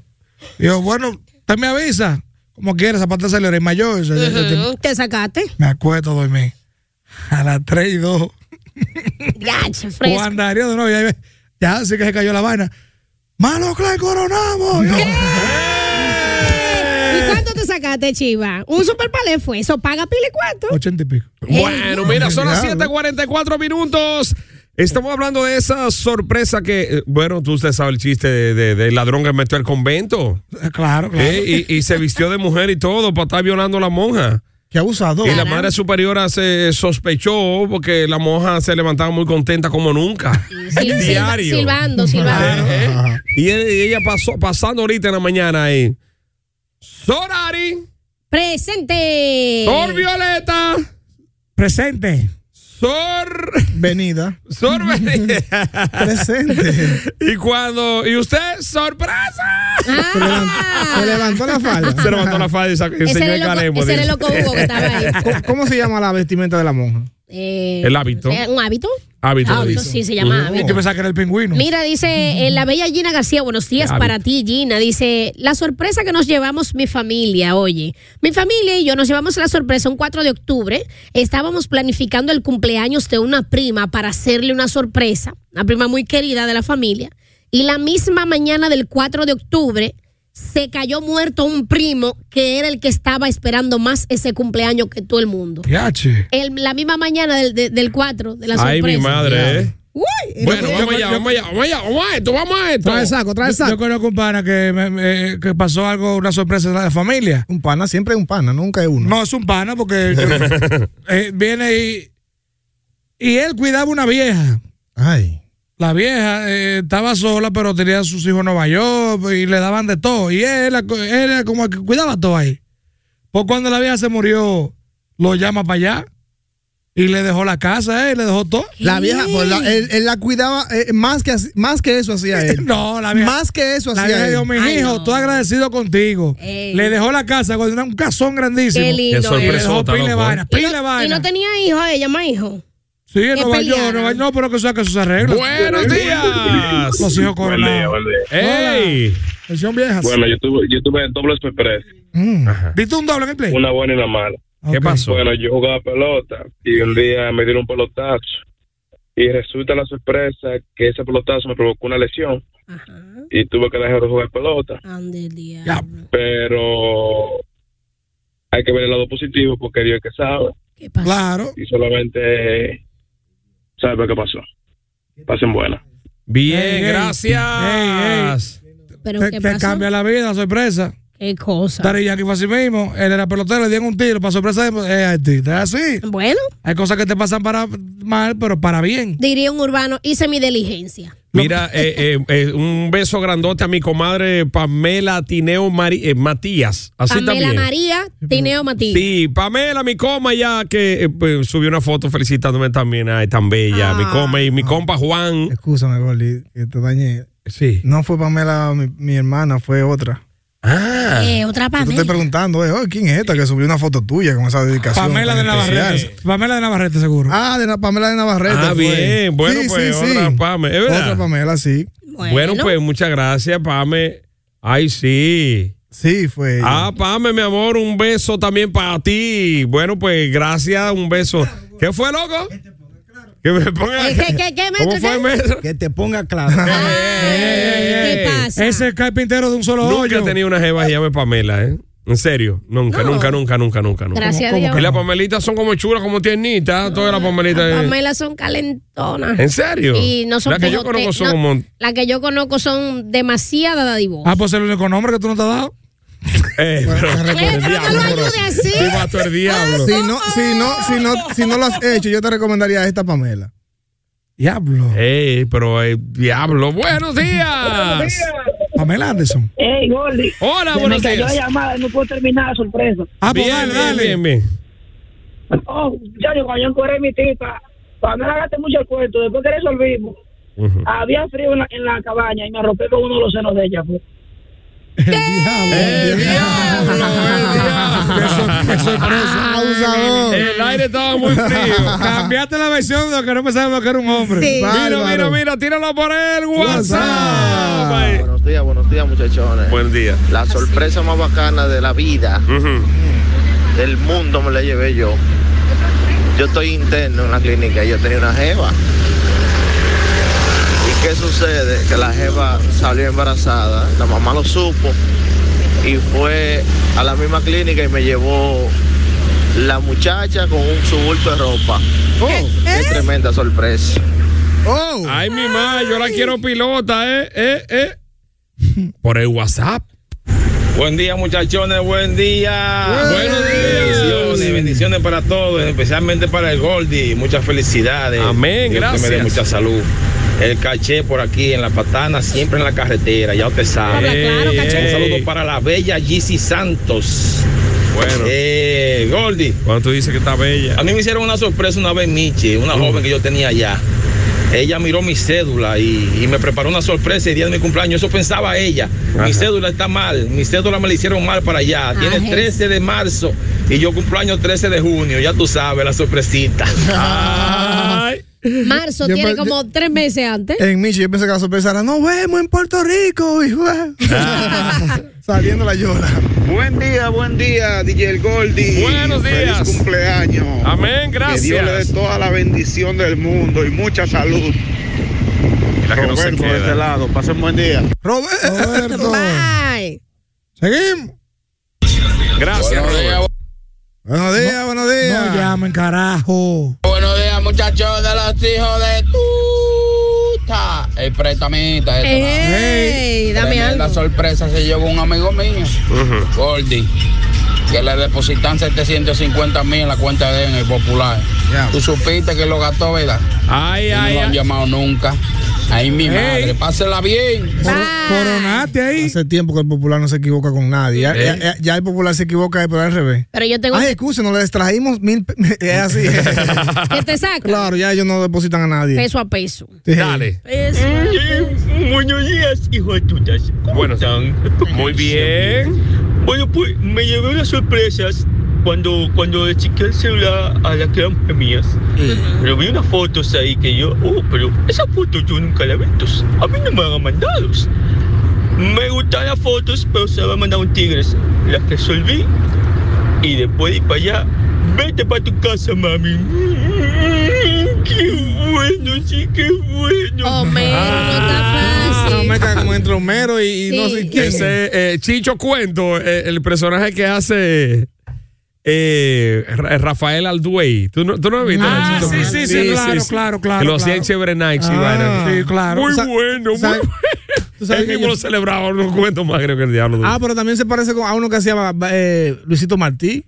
Speaker 3: yo bueno, usted me avisa. Como quiera, esa pata salió, era mayor. ese- ese tiempo.
Speaker 4: Ujú, Te sacaste.
Speaker 3: Me acuesto a dormir. A las 3 y 2.
Speaker 4: Gacho, fresco.
Speaker 3: Juan Darío de nuevo. y ahí ve- Ya, así que se cayó la vaina. ¡Mano Clay Ah, coronamos! Yo,
Speaker 4: ¿Y cuánto te sacaste, Chiva? Un super palé fue eso. Paga pile cuánto. Eh,
Speaker 3: 80 y pico.
Speaker 2: Bueno, mira, son las 7:44 minutos. Estamos hablando de esa sorpresa que, eh, bueno, tú usted sabe el chiste de- de- del ladrón que metió al convento
Speaker 3: Claro, claro.
Speaker 2: ¿eh? y, y se vistió de mujer y todo para estar violando a la monja.
Speaker 5: Qué abusado.
Speaker 2: Y la madre superiora se sospechó porque la monja se levantaba muy contenta como nunca.
Speaker 4: Sil- silba-
Speaker 2: Diario.
Speaker 4: Silbando, silbando.
Speaker 2: Y, e- y ella pasó pasando ahorita en la mañana ahí. Sorari,
Speaker 4: Presente.
Speaker 2: Sor Violeta,
Speaker 3: Presente.
Speaker 2: Sor
Speaker 5: Venida.
Speaker 2: Sor
Speaker 5: Presente.
Speaker 2: Y cuando. Y usted, sorpresa.
Speaker 5: Se levantó, se levantó la falda.
Speaker 2: Se levantó la falda y sa-
Speaker 4: Ah. Ese
Speaker 2: enseñó
Speaker 4: era
Speaker 2: el
Speaker 4: el loco-
Speaker 2: calemo.
Speaker 4: ese era el
Speaker 2: dice.
Speaker 4: loco Hugo que estaba ahí.
Speaker 5: ¿Cómo, cómo se llama la vestimenta de la monja?
Speaker 4: Eh,
Speaker 2: El hábito.
Speaker 4: eh, ¿Un hábito?
Speaker 2: Hábito,
Speaker 4: Hábito,
Speaker 2: dice.
Speaker 4: sí, se llama
Speaker 3: Y
Speaker 4: hábito.
Speaker 3: yo pensaba que era el pingüino.
Speaker 4: Mira, dice eh, la bella Gina García, buenos días
Speaker 2: Hábito.
Speaker 4: para ti, Gina. Dice, la sorpresa que nos llevamos mi familia, oye. Mi familia y yo nos llevamos la sorpresa un 4 de octubre. Estábamos planificando el cumpleaños de una prima para hacerle una sorpresa, una prima muy querida de la familia. Y la misma mañana del 4 de octubre se cayó muerto un primo que era el que estaba esperando más ese cumpleaños que todo el mundo.
Speaker 3: Piache.
Speaker 4: El- la misma mañana del, de- del 4 de la sorpresa.
Speaker 2: Ay, mi madre, eh.
Speaker 4: Uy,
Speaker 2: Bueno, vamos allá, vamos allá, vamos allá, vamos a esto, vamos a esto.
Speaker 5: Trae saco, trae
Speaker 3: Yo, yo
Speaker 5: saco.
Speaker 3: conozco un pana que, me- me- eh, que pasó algo, una sorpresa en la familia.
Speaker 5: Un pana, siempre es un pana, nunca es uno.
Speaker 3: No, es un pana porque yo- eh, viene y, y él cuidaba una vieja.
Speaker 5: Ay.
Speaker 3: La vieja eh, estaba sola, pero tenía a sus hijos en Nueva York y le daban de todo. Y él era, co- él era como el que cuidaba todo ahí. Pues cuando la vieja se murió, lo llama para allá y le dejó la casa, eh, y le dejó todo.
Speaker 5: La vieja, pues, la- él, él la cuidaba eh, más, que, así- más que eso hacía él.
Speaker 3: No, la vieja.
Speaker 5: Más que eso
Speaker 3: La
Speaker 5: hacía
Speaker 3: vieja
Speaker 5: él.
Speaker 3: dijo, mi
Speaker 4: Ay,
Speaker 3: hijo,
Speaker 4: no.
Speaker 3: estoy agradecido contigo.
Speaker 4: Ey.
Speaker 3: Le dejó la casa, con un casón grandísimo.
Speaker 4: Qué lindo.
Speaker 2: Qué
Speaker 3: Y le dejó
Speaker 2: sorpresota,
Speaker 3: pila de
Speaker 2: loco,
Speaker 3: vaina,
Speaker 2: eh.
Speaker 4: Y
Speaker 3: pila de
Speaker 4: no, y
Speaker 3: vaina.
Speaker 4: no tenía hijo ella, más hijo.
Speaker 3: Sí, en
Speaker 4: que
Speaker 3: Nueva York,
Speaker 4: pelearan.
Speaker 3: Nueva York. No, pero que sea que eso se arregla.
Speaker 2: Buenos días.
Speaker 3: Los hijos
Speaker 9: Buen día,
Speaker 3: coronados.
Speaker 9: buen día.
Speaker 2: Eh, ¡Ey!
Speaker 3: Versión vieja.
Speaker 9: Bueno, yo tuve, yo tuve dobles sorpresas,
Speaker 2: eh,
Speaker 3: Mm. ¿Viste un doble en el play? Ah,
Speaker 9: una buena y una mala.
Speaker 2: ¿Qué
Speaker 3: Ok.
Speaker 2: pasó?
Speaker 9: Bueno, yo jugaba pelota y un día me dieron un pelotazo
Speaker 10: Y resulta la sorpresa que ese pelotazo me provocó una lesión y tuve que dejar de jugar pelota. Pero hay que ver el lado positivo porque Dios es que sabe.
Speaker 3: Claro.
Speaker 10: Y solamente sabe lo que pasó. Pasen buena.
Speaker 2: Bien,
Speaker 3: Ey, ey.
Speaker 2: gracias.
Speaker 4: Pero
Speaker 3: te,
Speaker 4: ¿qué
Speaker 3: te
Speaker 4: pasó?
Speaker 3: cambia la vida, sorpresa.
Speaker 4: Qué cosa.
Speaker 3: Dari Yankee fue así mismo. Él era pelotero, le dieron un tiro. Para sorpresa de eh, artista. Es así.
Speaker 4: Bueno.
Speaker 3: Hay cosas que te pasan para mal, pero para bien.
Speaker 4: Diría un urbano, hice mi diligencia.
Speaker 2: Mira, eh, eh, eh, un beso grandote a mi comadre Pamela Tineo Mari- eh, Matías. Así
Speaker 4: Pamela
Speaker 2: también.
Speaker 4: María, Tineo Matías.
Speaker 2: Sí, Pamela, mi coma ya que eh, pues, subió una foto felicitándome también. Ay, tan bella. Mi coma y mi compa Juan.
Speaker 5: Escúchame, Gordy, que te dañé.
Speaker 2: Sí.
Speaker 5: No fue Pamela, mi, mi hermana, fue otra.
Speaker 2: Ah.
Speaker 4: Eh, otra
Speaker 5: Yo te
Speaker 4: Pamela.
Speaker 5: estoy preguntando, eh, oye, ¿quién es esta que subió una foto tuya con esa dedicación?
Speaker 3: Pamela
Speaker 5: tan
Speaker 3: de
Speaker 5: especial?
Speaker 3: Navarrete. Pamela de Navarrete, seguro.
Speaker 5: Ah, de la Pamela de Navarrete.
Speaker 2: Ah,
Speaker 5: fue.
Speaker 2: bien. Bueno,
Speaker 5: Sí,
Speaker 2: pues
Speaker 5: sí, sí.
Speaker 2: otra Pame. Es verdad.
Speaker 5: Otra Pamela, sí.
Speaker 2: Bueno, pues muchas gracias, Pame. Ay, sí.
Speaker 5: Sí, fue. ella.
Speaker 2: Ah, Pame, mi amor, un beso también para ti. Bueno, pues gracias, un beso. ¿Qué fue, loco? Que me ponga.
Speaker 4: Eh, ¿Qué, qué, qué,
Speaker 2: ¿Cómo
Speaker 4: maestro?
Speaker 2: fue,
Speaker 4: ¿Qué?
Speaker 2: maestro?
Speaker 11: Que te ponga claro.
Speaker 4: Ay, ¿Qué pasa?
Speaker 3: Ese es carpintero de un solo
Speaker 2: Nunca he
Speaker 3: hoyo.
Speaker 2: tenido una jeva que se llame Pamela, ¿eh? En serio, nunca,
Speaker 4: No.
Speaker 2: nunca, nunca, nunca, nunca, nunca.
Speaker 4: Gracias a
Speaker 3: ¿Cómo,
Speaker 4: Dios.
Speaker 2: Y las pamelitas son como chulas, como tiernitas, todas las pamelitas. eh.
Speaker 4: Pamela son calentonas.
Speaker 2: ¿En serio?
Speaker 4: Y no son
Speaker 2: Las que yo
Speaker 4: pegote-
Speaker 2: conozco son
Speaker 4: no,
Speaker 2: como-
Speaker 4: Las que yo conozco son demasiadas dadivosas.
Speaker 3: Ah, pues el único nombre que tú no te has dado.
Speaker 2: Eh, pero,
Speaker 4: Eh, pero no lo ayudes así.
Speaker 2: Sí, vato, el diablo.
Speaker 5: Si no, si no, si no, si no lo has hecho, yo te recomendaría esta Pamela.
Speaker 3: Diablo.
Speaker 2: Ey, pero eh, diablo. ¡Buenos días!
Speaker 3: Pamela Anderson.
Speaker 8: Ey, Gordy.
Speaker 2: Hola,
Speaker 8: Se me
Speaker 2: buenos
Speaker 8: cayó
Speaker 2: días.
Speaker 8: la llamada, no puedo terminar la sorpresa.
Speaker 3: Ah, pues
Speaker 2: Bien,
Speaker 3: dale,
Speaker 2: bien,
Speaker 3: dale.
Speaker 2: bien, bien.
Speaker 8: Oh, ya yo cuando yo encuadré mi tipa, para no hagaste mucho el cuento, después que resolvimos,
Speaker 2: Ujú.
Speaker 8: había frío en la, en la cabaña y me arropé con uno de los senos de ella. Pues.
Speaker 2: ¡El diablo! ¡El diablo!
Speaker 4: Ah,
Speaker 2: El aire estaba muy frío.
Speaker 3: Cambiaste la versión de lo que no pensábamos que era un hombre.
Speaker 2: Mira, mira, mira, tíralo por el WhatsApp. Ay.
Speaker 10: Buenos días, buenos días, muchachones.
Speaker 2: Buen día.
Speaker 10: La sorpresa más bacana de la vida,
Speaker 2: Ujú.
Speaker 10: del mundo, me la llevé yo. Yo estoy interno en una clínica y yo tenía una jeva. ¿Y qué sucede? Que la jeva salió embarazada, la mamá lo supo y fue a la misma clínica y me llevó la muchacha con un su bulto de ropa.
Speaker 2: Oh.
Speaker 10: ¡Qué tremenda sorpresa!
Speaker 5: Oh,
Speaker 2: Ay, mi madre, yo la quiero pilota, eh, eh, eh. Por el WhatsApp.
Speaker 10: Buen día, muchachones, buen día.
Speaker 2: Buenos días.
Speaker 10: Bendiciones, bendiciones para todos, especialmente para el Goldi. Muchas felicidades.
Speaker 2: Amén,
Speaker 10: Dios Que me
Speaker 2: gracias.
Speaker 10: dé mucha salud. El caché por aquí en la patana, siempre en la carretera, ya usted sabe.
Speaker 4: Habla claro,
Speaker 2: Ey,
Speaker 4: caché.
Speaker 10: Un
Speaker 2: ey.
Speaker 10: saludo para la bella Gigi Santos.
Speaker 2: Bueno,
Speaker 10: Eh, Goldi,
Speaker 2: cuando tú dices que está bella.
Speaker 10: a mí me hicieron una sorpresa una vez, Michi, una joven que yo tenía allá. Ella miró mi cédula y, y me preparó una sorpresa el día de mi cumpleaños. Eso pensaba ella.
Speaker 2: Ajá.
Speaker 10: Mi cédula está mal. Mi cédula me la hicieron mal para allá. Tiene
Speaker 4: Jesús.
Speaker 10: 13 de marzo y yo cumpleaños 13 de junio. Ya tú sabes, la sorpresita.
Speaker 2: Ay.
Speaker 4: Marzo
Speaker 5: Yo
Speaker 4: tiene
Speaker 5: pe-
Speaker 4: como tres meses antes.
Speaker 5: en Michi, yo pensé que la sorpresa era, nos vemos en Puerto Rico. Y fue-
Speaker 2: Ah.
Speaker 5: Saliendo la yola.
Speaker 10: Buen día, buen día, DJ El Goldi.
Speaker 2: Buenos
Speaker 10: Feliz
Speaker 2: días.
Speaker 10: cumpleaños.
Speaker 2: Amén,
Speaker 10: Que Dios le dé
Speaker 2: gracias.
Speaker 10: toda la bendición del mundo y mucha salud.
Speaker 2: La que no se
Speaker 10: Roberto, de este
Speaker 2: queda.
Speaker 10: lado. Pasen buen día.
Speaker 5: Roberto.
Speaker 4: Bye.
Speaker 5: Seguimos.
Speaker 2: Gracias, Robert.
Speaker 5: Buenos días, buenos días.
Speaker 3: No llamen, carajo.
Speaker 10: Buenos días, muchachos de los hijos de tuta. El prestamita.
Speaker 4: Ey, dame
Speaker 10: La
Speaker 4: algo.
Speaker 10: sorpresa se llevó un amigo mío, Gordy, que le depositan 750 mil en la cuenta de él en el Popular.
Speaker 5: Ya.
Speaker 10: Tú supiste que lo gastó, ¿verdad?
Speaker 2: Ay,
Speaker 10: Y no
Speaker 2: ay,
Speaker 10: lo han
Speaker 2: ay.
Speaker 10: llamado nunca. Ahí mi madre, pásela bien.
Speaker 4: Bye.
Speaker 3: Coronaste ahí.
Speaker 5: Hace tiempo que el popular no se equivoca con nadie. Ya,
Speaker 2: Eh.
Speaker 5: ya- ya- ya el popular se equivoca, eh, pero al revés.
Speaker 4: Pero yo tengo
Speaker 5: Ay, excusen, nos le distrajimos mil. pe- Es así.
Speaker 4: que te saca
Speaker 5: claro, ya ellos no depositan a nadie.
Speaker 4: peso a peso.
Speaker 5: Sí.
Speaker 2: Dale.
Speaker 4: Peso.
Speaker 9: Buenos días, hijo de tutas.
Speaker 2: Bueno, muy bien.
Speaker 9: Bueno, pues me llevé unas sorpresas cuando, cuando le chequeé el celular a las que eran mías. Pero vi unas fotos ahí que yo, oh, pero esas fotos yo nunca las he visto. A mí no me han mandado. Me gustan las fotos, pero se las mandado un tigres. Las resolví y después de ir para allá, vete para tu casa, mami. bueno, sí, qué bueno.
Speaker 4: Homero,
Speaker 3: No me cae como entre Homero y, y no
Speaker 4: Sí.
Speaker 3: sé quién.
Speaker 2: Ese eh, Chicho Cuento, eh, el personaje que hace eh, Ra- Rafael Alduey. ¿Tú no, tú no has visto
Speaker 3: Ah,
Speaker 2: a Chicho
Speaker 3: sí,
Speaker 2: Cuento?
Speaker 3: sí, sí, claro, claro, claro,
Speaker 2: Que lo hacía
Speaker 3: claro.
Speaker 2: en Chévere Nights y
Speaker 3: Ah,
Speaker 2: vaina.
Speaker 3: sí, claro.
Speaker 2: Muy
Speaker 3: Sa-
Speaker 2: bueno, muy
Speaker 3: sa-
Speaker 2: bueno.
Speaker 3: tú sabes
Speaker 2: Él
Speaker 3: que
Speaker 2: mismo
Speaker 3: yo-
Speaker 2: lo celebraba, unos cuentos más creo que el diablo.
Speaker 3: Ah, pero también se parece con- a uno que hacía eh, Luisito Martí.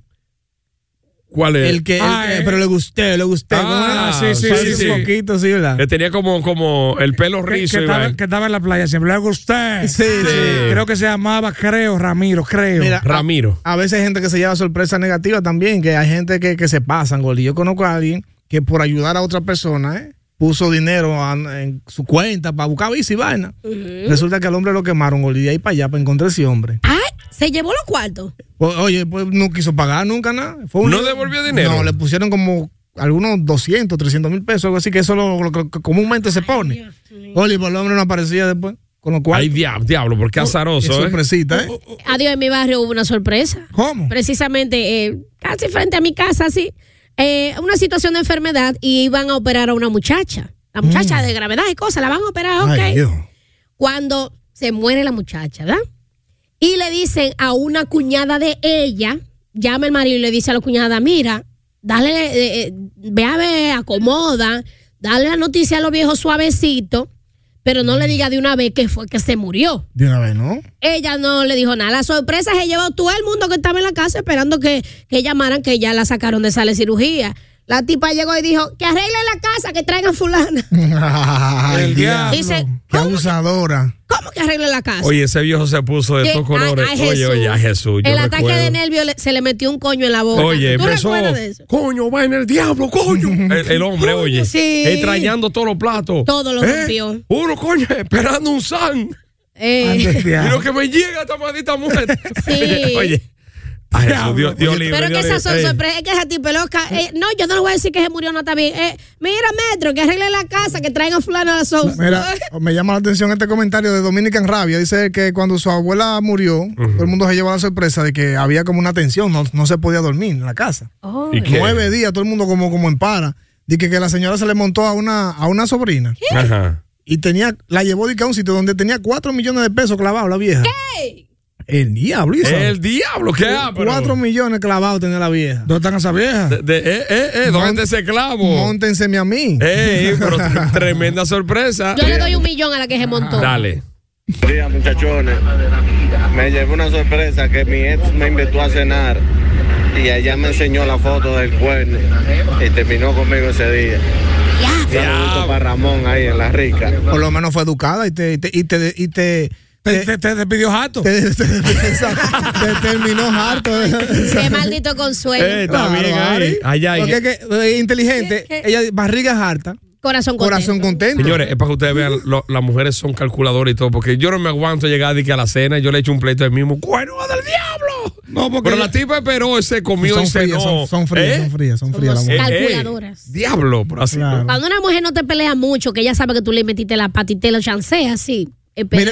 Speaker 2: ¿Cuál es?
Speaker 3: El que, el
Speaker 2: Ah,
Speaker 3: que-
Speaker 2: eh.
Speaker 3: pero le gusté, le gusté.
Speaker 2: Ah,
Speaker 3: ¿Cómo era?
Speaker 2: sí, sí,
Speaker 3: Parece
Speaker 2: sí,
Speaker 3: Un
Speaker 2: sí.
Speaker 3: poquito, sí, ¿verdad?
Speaker 2: Que tenía como, como el pelo
Speaker 11: Que,
Speaker 2: rizo y
Speaker 11: estaba,
Speaker 2: vaina.
Speaker 11: que estaba en la playa siempre. Le gusté.
Speaker 3: Sí, sí.
Speaker 11: Creo que se llamaba, creo, Ramiro, creo.
Speaker 3: Mira,
Speaker 2: Ramiro.
Speaker 3: A veces hay gente que se lleva sorpresa negativa también, que hay gente que, que se pasan, Gordy. Yo conozco a alguien que por ayudar a otra persona, ¿eh? puso dinero a- en su cuenta para buscar bici y vaina. Resulta que al hombre lo quemaron, Gordy, de ahí para allá para encontrar ese hombre.
Speaker 4: Ah, se llevó los cuartos.
Speaker 3: O- oye, pues no quiso pagar nunca nada. Fue un-
Speaker 2: ¿No devolvió dinero?
Speaker 3: No, le pusieron como algunos 200, 300 mil pesos, algo así, que eso lo, lo que comúnmente se pone. Gordy, por el hombre no aparecía después. Con lo cual,
Speaker 2: Ay, diablo, diablo, porque
Speaker 3: es
Speaker 2: azaroso, ¿eh?
Speaker 3: sorpresita, ¿eh?
Speaker 4: Adiós, en mi barrio hubo una sorpresa.
Speaker 3: ¿Cómo?
Speaker 4: Precisamente, eh, casi frente a mi casa, así. eh, una situación de enfermedad y iban a operar a una muchacha. La muchacha de gravedad y cosas, la van a operar, ok.
Speaker 5: Mm. Ay, Dios.
Speaker 4: cuando se muere la muchacha, ¿verdad? Y le dicen a una cuñada de ella, llama el marido y le dice a la cuñada, mira, dale, eh, eh, ve a ver, acomoda, dale la noticia a los viejos suavecito, pero no le diga de una vez que fue que se murió.
Speaker 5: De una vez, ¿no?
Speaker 4: Ella no le dijo nada. La sorpresa se llevó todo el mundo que estaba en la casa esperando que, que llamaran, que ya la sacaron de sala de cirugía. La tipa llegó y dijo, que arreglen la casa, que traigan fulana.
Speaker 5: Ay,
Speaker 3: El
Speaker 5: diablo.
Speaker 3: diablo.
Speaker 4: Dice,
Speaker 5: Qué abusadora.
Speaker 4: ¿cómo que arreglen la casa?
Speaker 2: Oye, ese viejo se puso de
Speaker 4: Que-
Speaker 2: estos colores.
Speaker 4: ay, ay,
Speaker 2: oye,
Speaker 4: Jesús.
Speaker 2: oye, ay, Jesús. yo
Speaker 4: El ataque
Speaker 2: recuerdo.
Speaker 4: de nervio le- se le metió un coño en la boca.
Speaker 2: Oye,
Speaker 4: ¿Tú
Speaker 2: empezó.
Speaker 4: recuerdas de eso?
Speaker 2: Coño, va en el diablo, coño. el, el hombre, oye.
Speaker 4: sí.
Speaker 2: Extrañando todos los platos.
Speaker 4: Todo lo
Speaker 2: ¿Eh?
Speaker 4: rompió.
Speaker 2: Uno, coño, esperando un san.
Speaker 4: Eh,
Speaker 2: Y lo que me llega esta maldita mujer.
Speaker 4: Sí.
Speaker 2: oye. Ay, Jesús, Dios, Dios libre.
Speaker 4: pero que
Speaker 2: Dios
Speaker 4: esas
Speaker 2: libre.
Speaker 4: son
Speaker 2: Ey.
Speaker 4: sorpresas, es que esa tipa es loca. Eh, no, yo no le voy a decir que se murió, no está bien. Eh, mira, Metro, que arregle la casa, que traigan fulano a la sopa.
Speaker 5: Mira, me llama la atención este comentario de Dominican Rabia. Dice que cuando su abuela murió, todo el mundo se llevó la sorpresa de que había como una tensión, no, no se podía dormir en la casa.
Speaker 4: Oh,
Speaker 2: ¿Y qué?
Speaker 5: Nueve días, todo el mundo como, como en para. Dice que, que la señora se le montó a una, a una sobrina
Speaker 2: Ajá.
Speaker 5: y tenía, la llevó dique, a un sitio donde tenía cuatro millones de pesos clavados la vieja. El diablo, ¿y
Speaker 2: El diablo, ¿qué ha? pero-
Speaker 5: Cuatro millones clavados tenía la vieja.
Speaker 3: ¿Dónde están esas viejas?
Speaker 2: de, de- eh, eh, eh, ¿Dónde
Speaker 5: Mont-
Speaker 2: ese clavo?
Speaker 5: Móntenseme a mí.
Speaker 2: Ey, pero tre- tremenda sorpresa.
Speaker 10: eh,
Speaker 4: Yo le doy un millón a la que se montó.
Speaker 2: Dale.
Speaker 10: Buenos días, muchachones. Me llevé una sorpresa que mi ex me invitó a cenar y allá me enseñó la foto del cuerno y terminó conmigo ese día.
Speaker 4: Ya.
Speaker 10: Un saludito para Ramón ahí en La Rica.
Speaker 5: Por lo menos fue educada y te, y te, y te, y te-
Speaker 3: Te, te, te despidió jato.
Speaker 5: te- te- te- te terminó harto.
Speaker 4: Qué maldito consuelo.
Speaker 2: Eh, está bien ahí. Allá,
Speaker 3: Porque es que eh, inteligente,
Speaker 4: ¿Qué, qué?
Speaker 3: ella barriga es harta,
Speaker 4: corazón contento.
Speaker 5: Corazón contento.
Speaker 2: Señores, es para que ustedes vean, lo- las mujeres son calculadoras y todo, porque yo no me aguanto llegar de que a la cena yo le echo un pleito al mismo. ¡Cuerno del diablo!
Speaker 3: No, porque
Speaker 2: Pero
Speaker 3: ella-
Speaker 2: la tipa esperó, se comió
Speaker 5: Son
Speaker 2: y cenó.
Speaker 5: frías, son, son frías,
Speaker 2: ¿Eh?
Speaker 5: son frías, son frías.
Speaker 4: Somos
Speaker 5: la mujer.
Speaker 2: Eh, eh,
Speaker 4: Calculadoras.
Speaker 2: diablo, por así.
Speaker 5: Claro.
Speaker 4: Cuando una mujer no te pelea mucho, que ella sabe que tú le metiste la patitela, chancea, sí. Espera,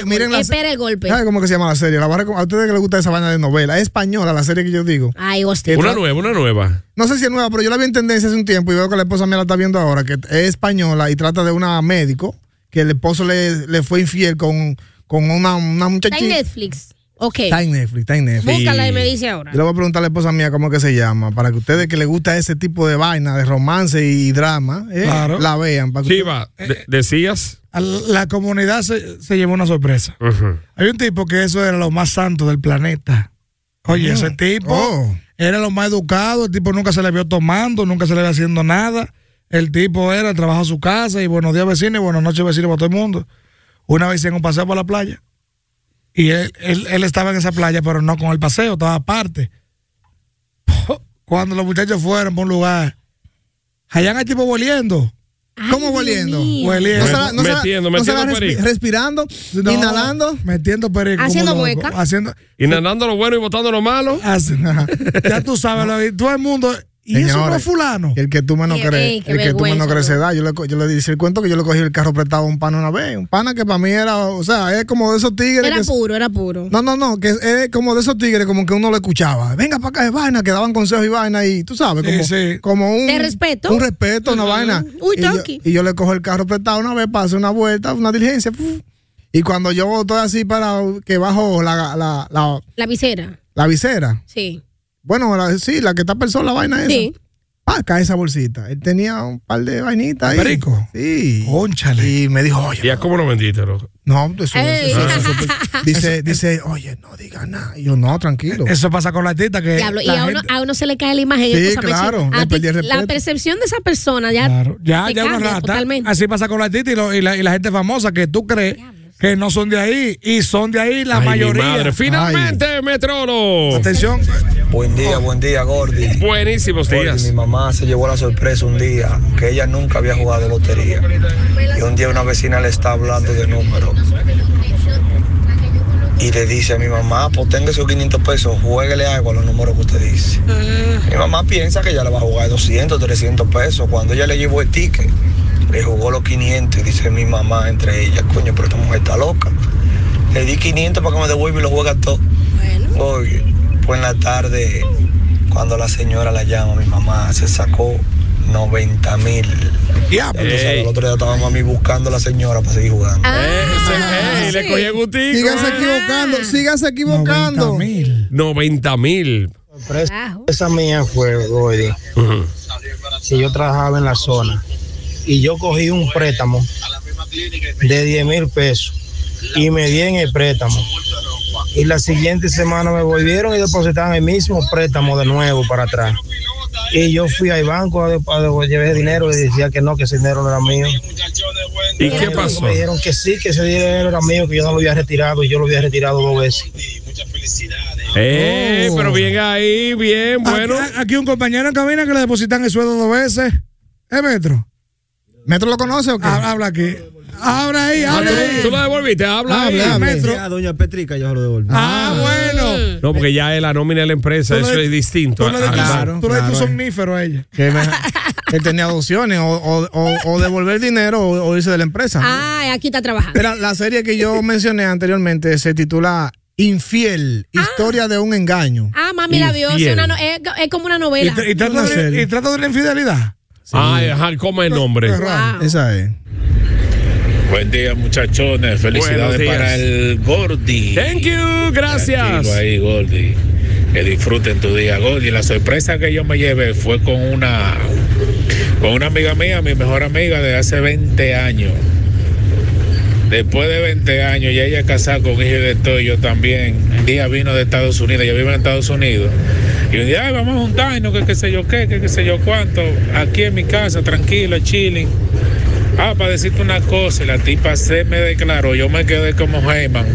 Speaker 5: Miren-
Speaker 4: el,
Speaker 5: miren
Speaker 4: golpe.
Speaker 5: la-
Speaker 4: Espera el golpe.
Speaker 5: ¿Sabe cómo que se llama la serie? La barra, a ustedes que les gusta esa vaina de novela. Es española, la serie que yo digo.
Speaker 4: Ay, hostia.
Speaker 2: Una nueva, una nueva.
Speaker 5: No sé si es nueva, pero yo la vi en tendencia hace un tiempo y veo que la esposa mía la está viendo ahora, que es española y trata de una médico que el esposo le, le fue infiel con, con una, una
Speaker 4: Está en
Speaker 5: muchachita.
Speaker 4: Netflix. Ok.
Speaker 5: Está en Netflix, está en Netflix.
Speaker 4: Búscala y me dice ahora.
Speaker 5: Yo le voy a preguntar a la esposa mía cómo es que se llama, para que ustedes que les gusta ese tipo de vaina, de romance y drama, eh,
Speaker 3: Claro.
Speaker 5: la vean. Para que Eh, ustedes-
Speaker 2: Chiva, de- decías.
Speaker 3: a la la comunidad se, se llevó una sorpresa.
Speaker 2: Ujú.
Speaker 3: Hay un tipo que eso era lo más santo del planeta. Oye, ese tipo
Speaker 5: Oh.
Speaker 3: era lo más educado, el tipo nunca se le vio tomando, nunca se le vio haciendo nada. El tipo era, trabajaba a su casa y buenos días vecinos y buenas noches vecinos para todo el mundo. Una vez hicieron un paseo por la playa y él, él- él estaba en esa playa, pero no con el paseo, estaba aparte. Cuando los muchachos fueron por un lugar, allá el tipo volviendo.
Speaker 5: ¿Cómo
Speaker 4: Dios
Speaker 5: volviendo?
Speaker 4: mío.
Speaker 5: No será- no será-
Speaker 2: Metiendo,
Speaker 5: no será
Speaker 2: metiendo
Speaker 5: respi-
Speaker 2: perico.
Speaker 5: respirando,
Speaker 3: No,
Speaker 5: inhalando.
Speaker 3: Metiendo perico. como
Speaker 4: Haciendo
Speaker 3: loco,
Speaker 4: mueca.
Speaker 3: Haciendo.
Speaker 5: Ah,
Speaker 2: Inhalando lo bueno y botando lo malo.
Speaker 3: hace- ya tú sabes, lo- eh, todo el mundo Y eso no es fulano.
Speaker 5: El que tú menos
Speaker 3: Qué- ey,
Speaker 5: crees,
Speaker 3: qué
Speaker 5: el que tú
Speaker 3: vergüenza,
Speaker 5: menos crees
Speaker 3: bro.
Speaker 5: se da. Yo le, co- yo le dije el cuento que yo le cogí el carro prestado a un pana una vez. Un pana que para mí era, o sea, es como de esos tigres.
Speaker 4: Era
Speaker 5: que-
Speaker 4: puro, era puro.
Speaker 5: No, no, no, que es como de esos tigres como que uno lo escuchaba. Venga para acá de vaina, que daban consejos y vaina y tú sabes, como, como un...
Speaker 4: De respeto.
Speaker 5: Un respeto, una vaina.
Speaker 4: Uy,
Speaker 5: y, yo,
Speaker 4: Toki.
Speaker 5: y yo le cojo el carro prestado una vez, paso una vuelta, una diligencia. fu. Y cuando yo estoy así para que bajo la, la, la,
Speaker 4: La visera,
Speaker 5: la visera,
Speaker 4: sí.
Speaker 5: bueno, la- sí, la que está persona, la vaina esa.
Speaker 4: Sí.
Speaker 5: Ah, cae esa bolsita. Él tenía un par de vainitas ahí. ¿Perico? Sí. Y me dijo, oye.
Speaker 2: ¿Ya cómo lo vendiste, loco?
Speaker 5: No, eso,
Speaker 2: Ey.
Speaker 5: eso- eso- eso- dice, dice, oye, no diga nada. Y yo, no, tranquilo. Eso pasa con Eh, la artista que.
Speaker 4: Diablo, y a uno, a uno se le cae la imagen.
Speaker 5: Sí,
Speaker 4: Escúchame,
Speaker 5: claro,
Speaker 4: chico, a
Speaker 5: le
Speaker 4: ti-
Speaker 5: perdí el respeto.
Speaker 4: la percepción de esa persona ya,
Speaker 11: Ya,
Speaker 4: te
Speaker 11: ya una
Speaker 4: cambia
Speaker 11: rata.
Speaker 4: totalmente.
Speaker 11: Así pasa con la artista y, lo- y la, y la gente famosa que tú crees que no son de ahí y son de ahí la
Speaker 2: Ay, mi
Speaker 11: mayoría.
Speaker 2: madre. Finalmente, Metrolo.
Speaker 11: Atención.
Speaker 12: Buen día, buen día, Gordy.
Speaker 2: Buenísimos
Speaker 12: días. Mi mamá se llevó la sorpresa un día que ella nunca había jugado lotería. Y un día una vecina le está hablando de números. Y le dice a mi mamá, pues tenga esos 500 pesos, jueguele algo a los números que usted dice. Mi mamá piensa que ella le va a jugar 200, 300 pesos. Cuando ella le llevó el ticket, le jugó los 500 y dice mi mamá entre ellas, coño, pero esta mujer está loca. Le di 500 para que me devuelva y lo juega todo. Oye, pues en la tarde, cuando la señora la llama, mi mamá se sacó 90 mil.
Speaker 11: Diablo.
Speaker 12: El otro día estaba mami buscando a la señora para seguir jugando.
Speaker 2: le cogí el gustico.
Speaker 5: Síganse equivocando, síganse equivocando.
Speaker 2: 90 mil. Ah,
Speaker 13: Esa mía fue, Gordy, que yo trabajaba en la zona y yo cogí un préstamo de 10 mil pesos y me di en el préstamo. Y la siguiente semana me volvieron y depositaron el mismo préstamo de nuevo para atrás. Y yo fui al banco a, de- a devolver el dinero y decía que no, que ese dinero no era mío.
Speaker 2: ¿Y
Speaker 13: En
Speaker 2: qué
Speaker 13: el banco
Speaker 2: pasó?
Speaker 13: Me dijeron que sí, que ese dinero era mío, que yo no lo había retirado y yo lo había retirado dos veces.
Speaker 2: Eh,
Speaker 11: Oh.
Speaker 2: pero bien ahí, bien, bueno.
Speaker 11: Aquí, aquí un compañero en cabina que le depositan el sueldo dos veces. ¿Es Metro?
Speaker 5: ¿Metro lo conoce o qué?
Speaker 11: Habla aquí. Habla ahí,
Speaker 2: Ah,
Speaker 11: habla ahí.
Speaker 2: tú, tú lo devolviste, habla ahí. Metro.
Speaker 14: A doña Petrica yo se lo devolví.
Speaker 11: Ah, bueno.
Speaker 2: No, porque ya es la nómina de la empresa,
Speaker 11: Tú
Speaker 2: eso
Speaker 11: le-
Speaker 2: es distinto.
Speaker 11: Tú le
Speaker 2: Ah,
Speaker 11: das tu-
Speaker 2: claro.
Speaker 11: tú le das tu
Speaker 5: claro.
Speaker 11: somnífero a ella.
Speaker 5: Que me- él tenía dos opciones, o, o- o- o devolver dinero o, o irse de la empresa.
Speaker 4: Ay, aquí está trabajando.
Speaker 5: Mira, la serie que yo mencioné anteriormente se titula Infiel, historia de un engaño.
Speaker 4: Ah, mami la vio. sí,
Speaker 5: Infiel.
Speaker 4: una no- es, es como una novela.
Speaker 5: Una serie.
Speaker 11: trata de la infidelidad.
Speaker 2: Ay, ajá, ¿cómo es el nombre?
Speaker 5: Esa es.
Speaker 15: Buen día,
Speaker 2: Buenos
Speaker 15: muchachones. Felicidades
Speaker 2: días.
Speaker 15: para el Gordi.
Speaker 2: Thank you, gracias.
Speaker 15: Tranquilo ahí, Gordi. Que disfruten tu día, Gordi. La sorpresa que yo me llevé fue con una con una amiga mía, mi mejor amiga de hace 20 años. Después de 20 años, ya ella casada con hijo y de todo, y yo también. Un día vino de Estados Unidos, yo vivo en Estados Unidos. Y un día, "Ay, vamos a juntarnos, que qué sé yo qué, que qué sé yo cuánto, aquí en mi casa, tranquilo, chilling. Ah, para decirte una cosa, y la tipa se me declaró, yo me quedé como Heyman,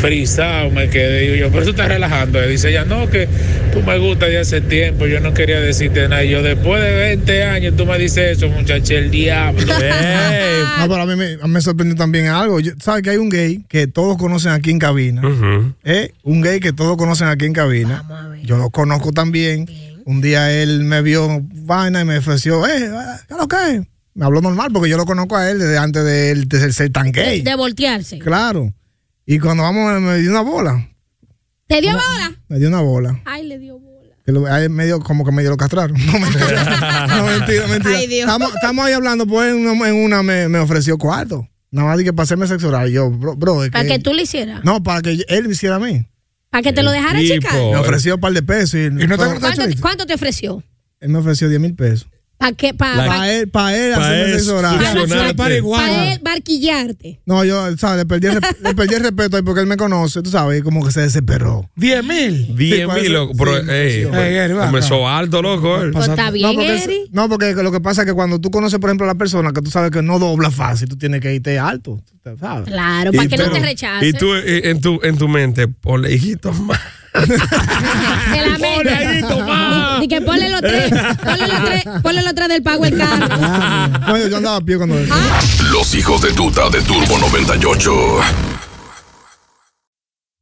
Speaker 15: frisado, me quedé, digo yo, pero tú estás relajando. Y dice ella, no, que tú me gustas de hace tiempo, yo no quería decirte nada. Y yo, después de 20 años, tú me dices eso, muchacho, el diablo.
Speaker 5: No, pero a mí me, a mí me sorprendió también algo. Yo- ¿Sabes que hay un gay que todos conocen aquí en cabina? ¿Eh? Un gay que todos conocen aquí en cabina. Yo lo conozco también. Un día él me vio vaina y me ofreció, eh, ¿qué es lo que es?". Me habló normal porque yo lo conozco a él desde antes de él de ser tan gay.
Speaker 4: De voltearse.
Speaker 5: Claro. Y cuando vamos, me dio una bola.
Speaker 4: ¿Te dio bola?
Speaker 5: Me dio una bola.
Speaker 4: Ay, le dio bola.
Speaker 5: Que lo- a él medio, como que medio lo castraron. No, mentira. No, mentira, mentira.
Speaker 4: Ay, Dios.
Speaker 5: Estamos, estamos ahí hablando, pues en una, en una me, me ofreció cuarto. Nada más dije para hacerme sexo oral. Y Yo, bro, bro es
Speaker 4: Para que tú le hicieras.
Speaker 5: No, para que él me hiciera a mí.
Speaker 4: Para que te lo dejara, chica.
Speaker 5: Me ofreció un par de pesos. ¿Y, no
Speaker 4: ¿Cuánto, cuánto te ofreció?
Speaker 5: Él me ofreció 10 mil pesos.
Speaker 4: ¿Para qué? Para
Speaker 5: Para él, para él hacerme sexo oral.
Speaker 4: él barquillarte.
Speaker 5: No, yo, ¿sabes? Le perdí, el, resp- le perdí el respeto ahí porque él me conoce, tú sabes, y como que se desesperó.
Speaker 11: 10 mil.
Speaker 2: 10 mil, loco. Pero, ey, pues, comenzó alto, loco. eh.
Speaker 4: Pues,
Speaker 5: no, porque, no, porque lo que pasa es que cuando tú conoces, por ejemplo, a la persona que tú sabes que no dobla fácil, tú tienes que irte alto. ¿sabes?
Speaker 4: Claro,
Speaker 2: Y
Speaker 4: para que no
Speaker 2: tú-
Speaker 4: te rechace.
Speaker 2: Y tú eh, en tu, en tu mente, ponle hijito más.
Speaker 4: Te la
Speaker 2: Ponle ahí, toma.
Speaker 4: metes. Y que ponle los tres. Ponle los tres, ponle los tres del Power Car.
Speaker 5: yo andaba a pie cuando.
Speaker 1: Los hijos de tuta de Turbo 98.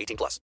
Speaker 16: 18 plus.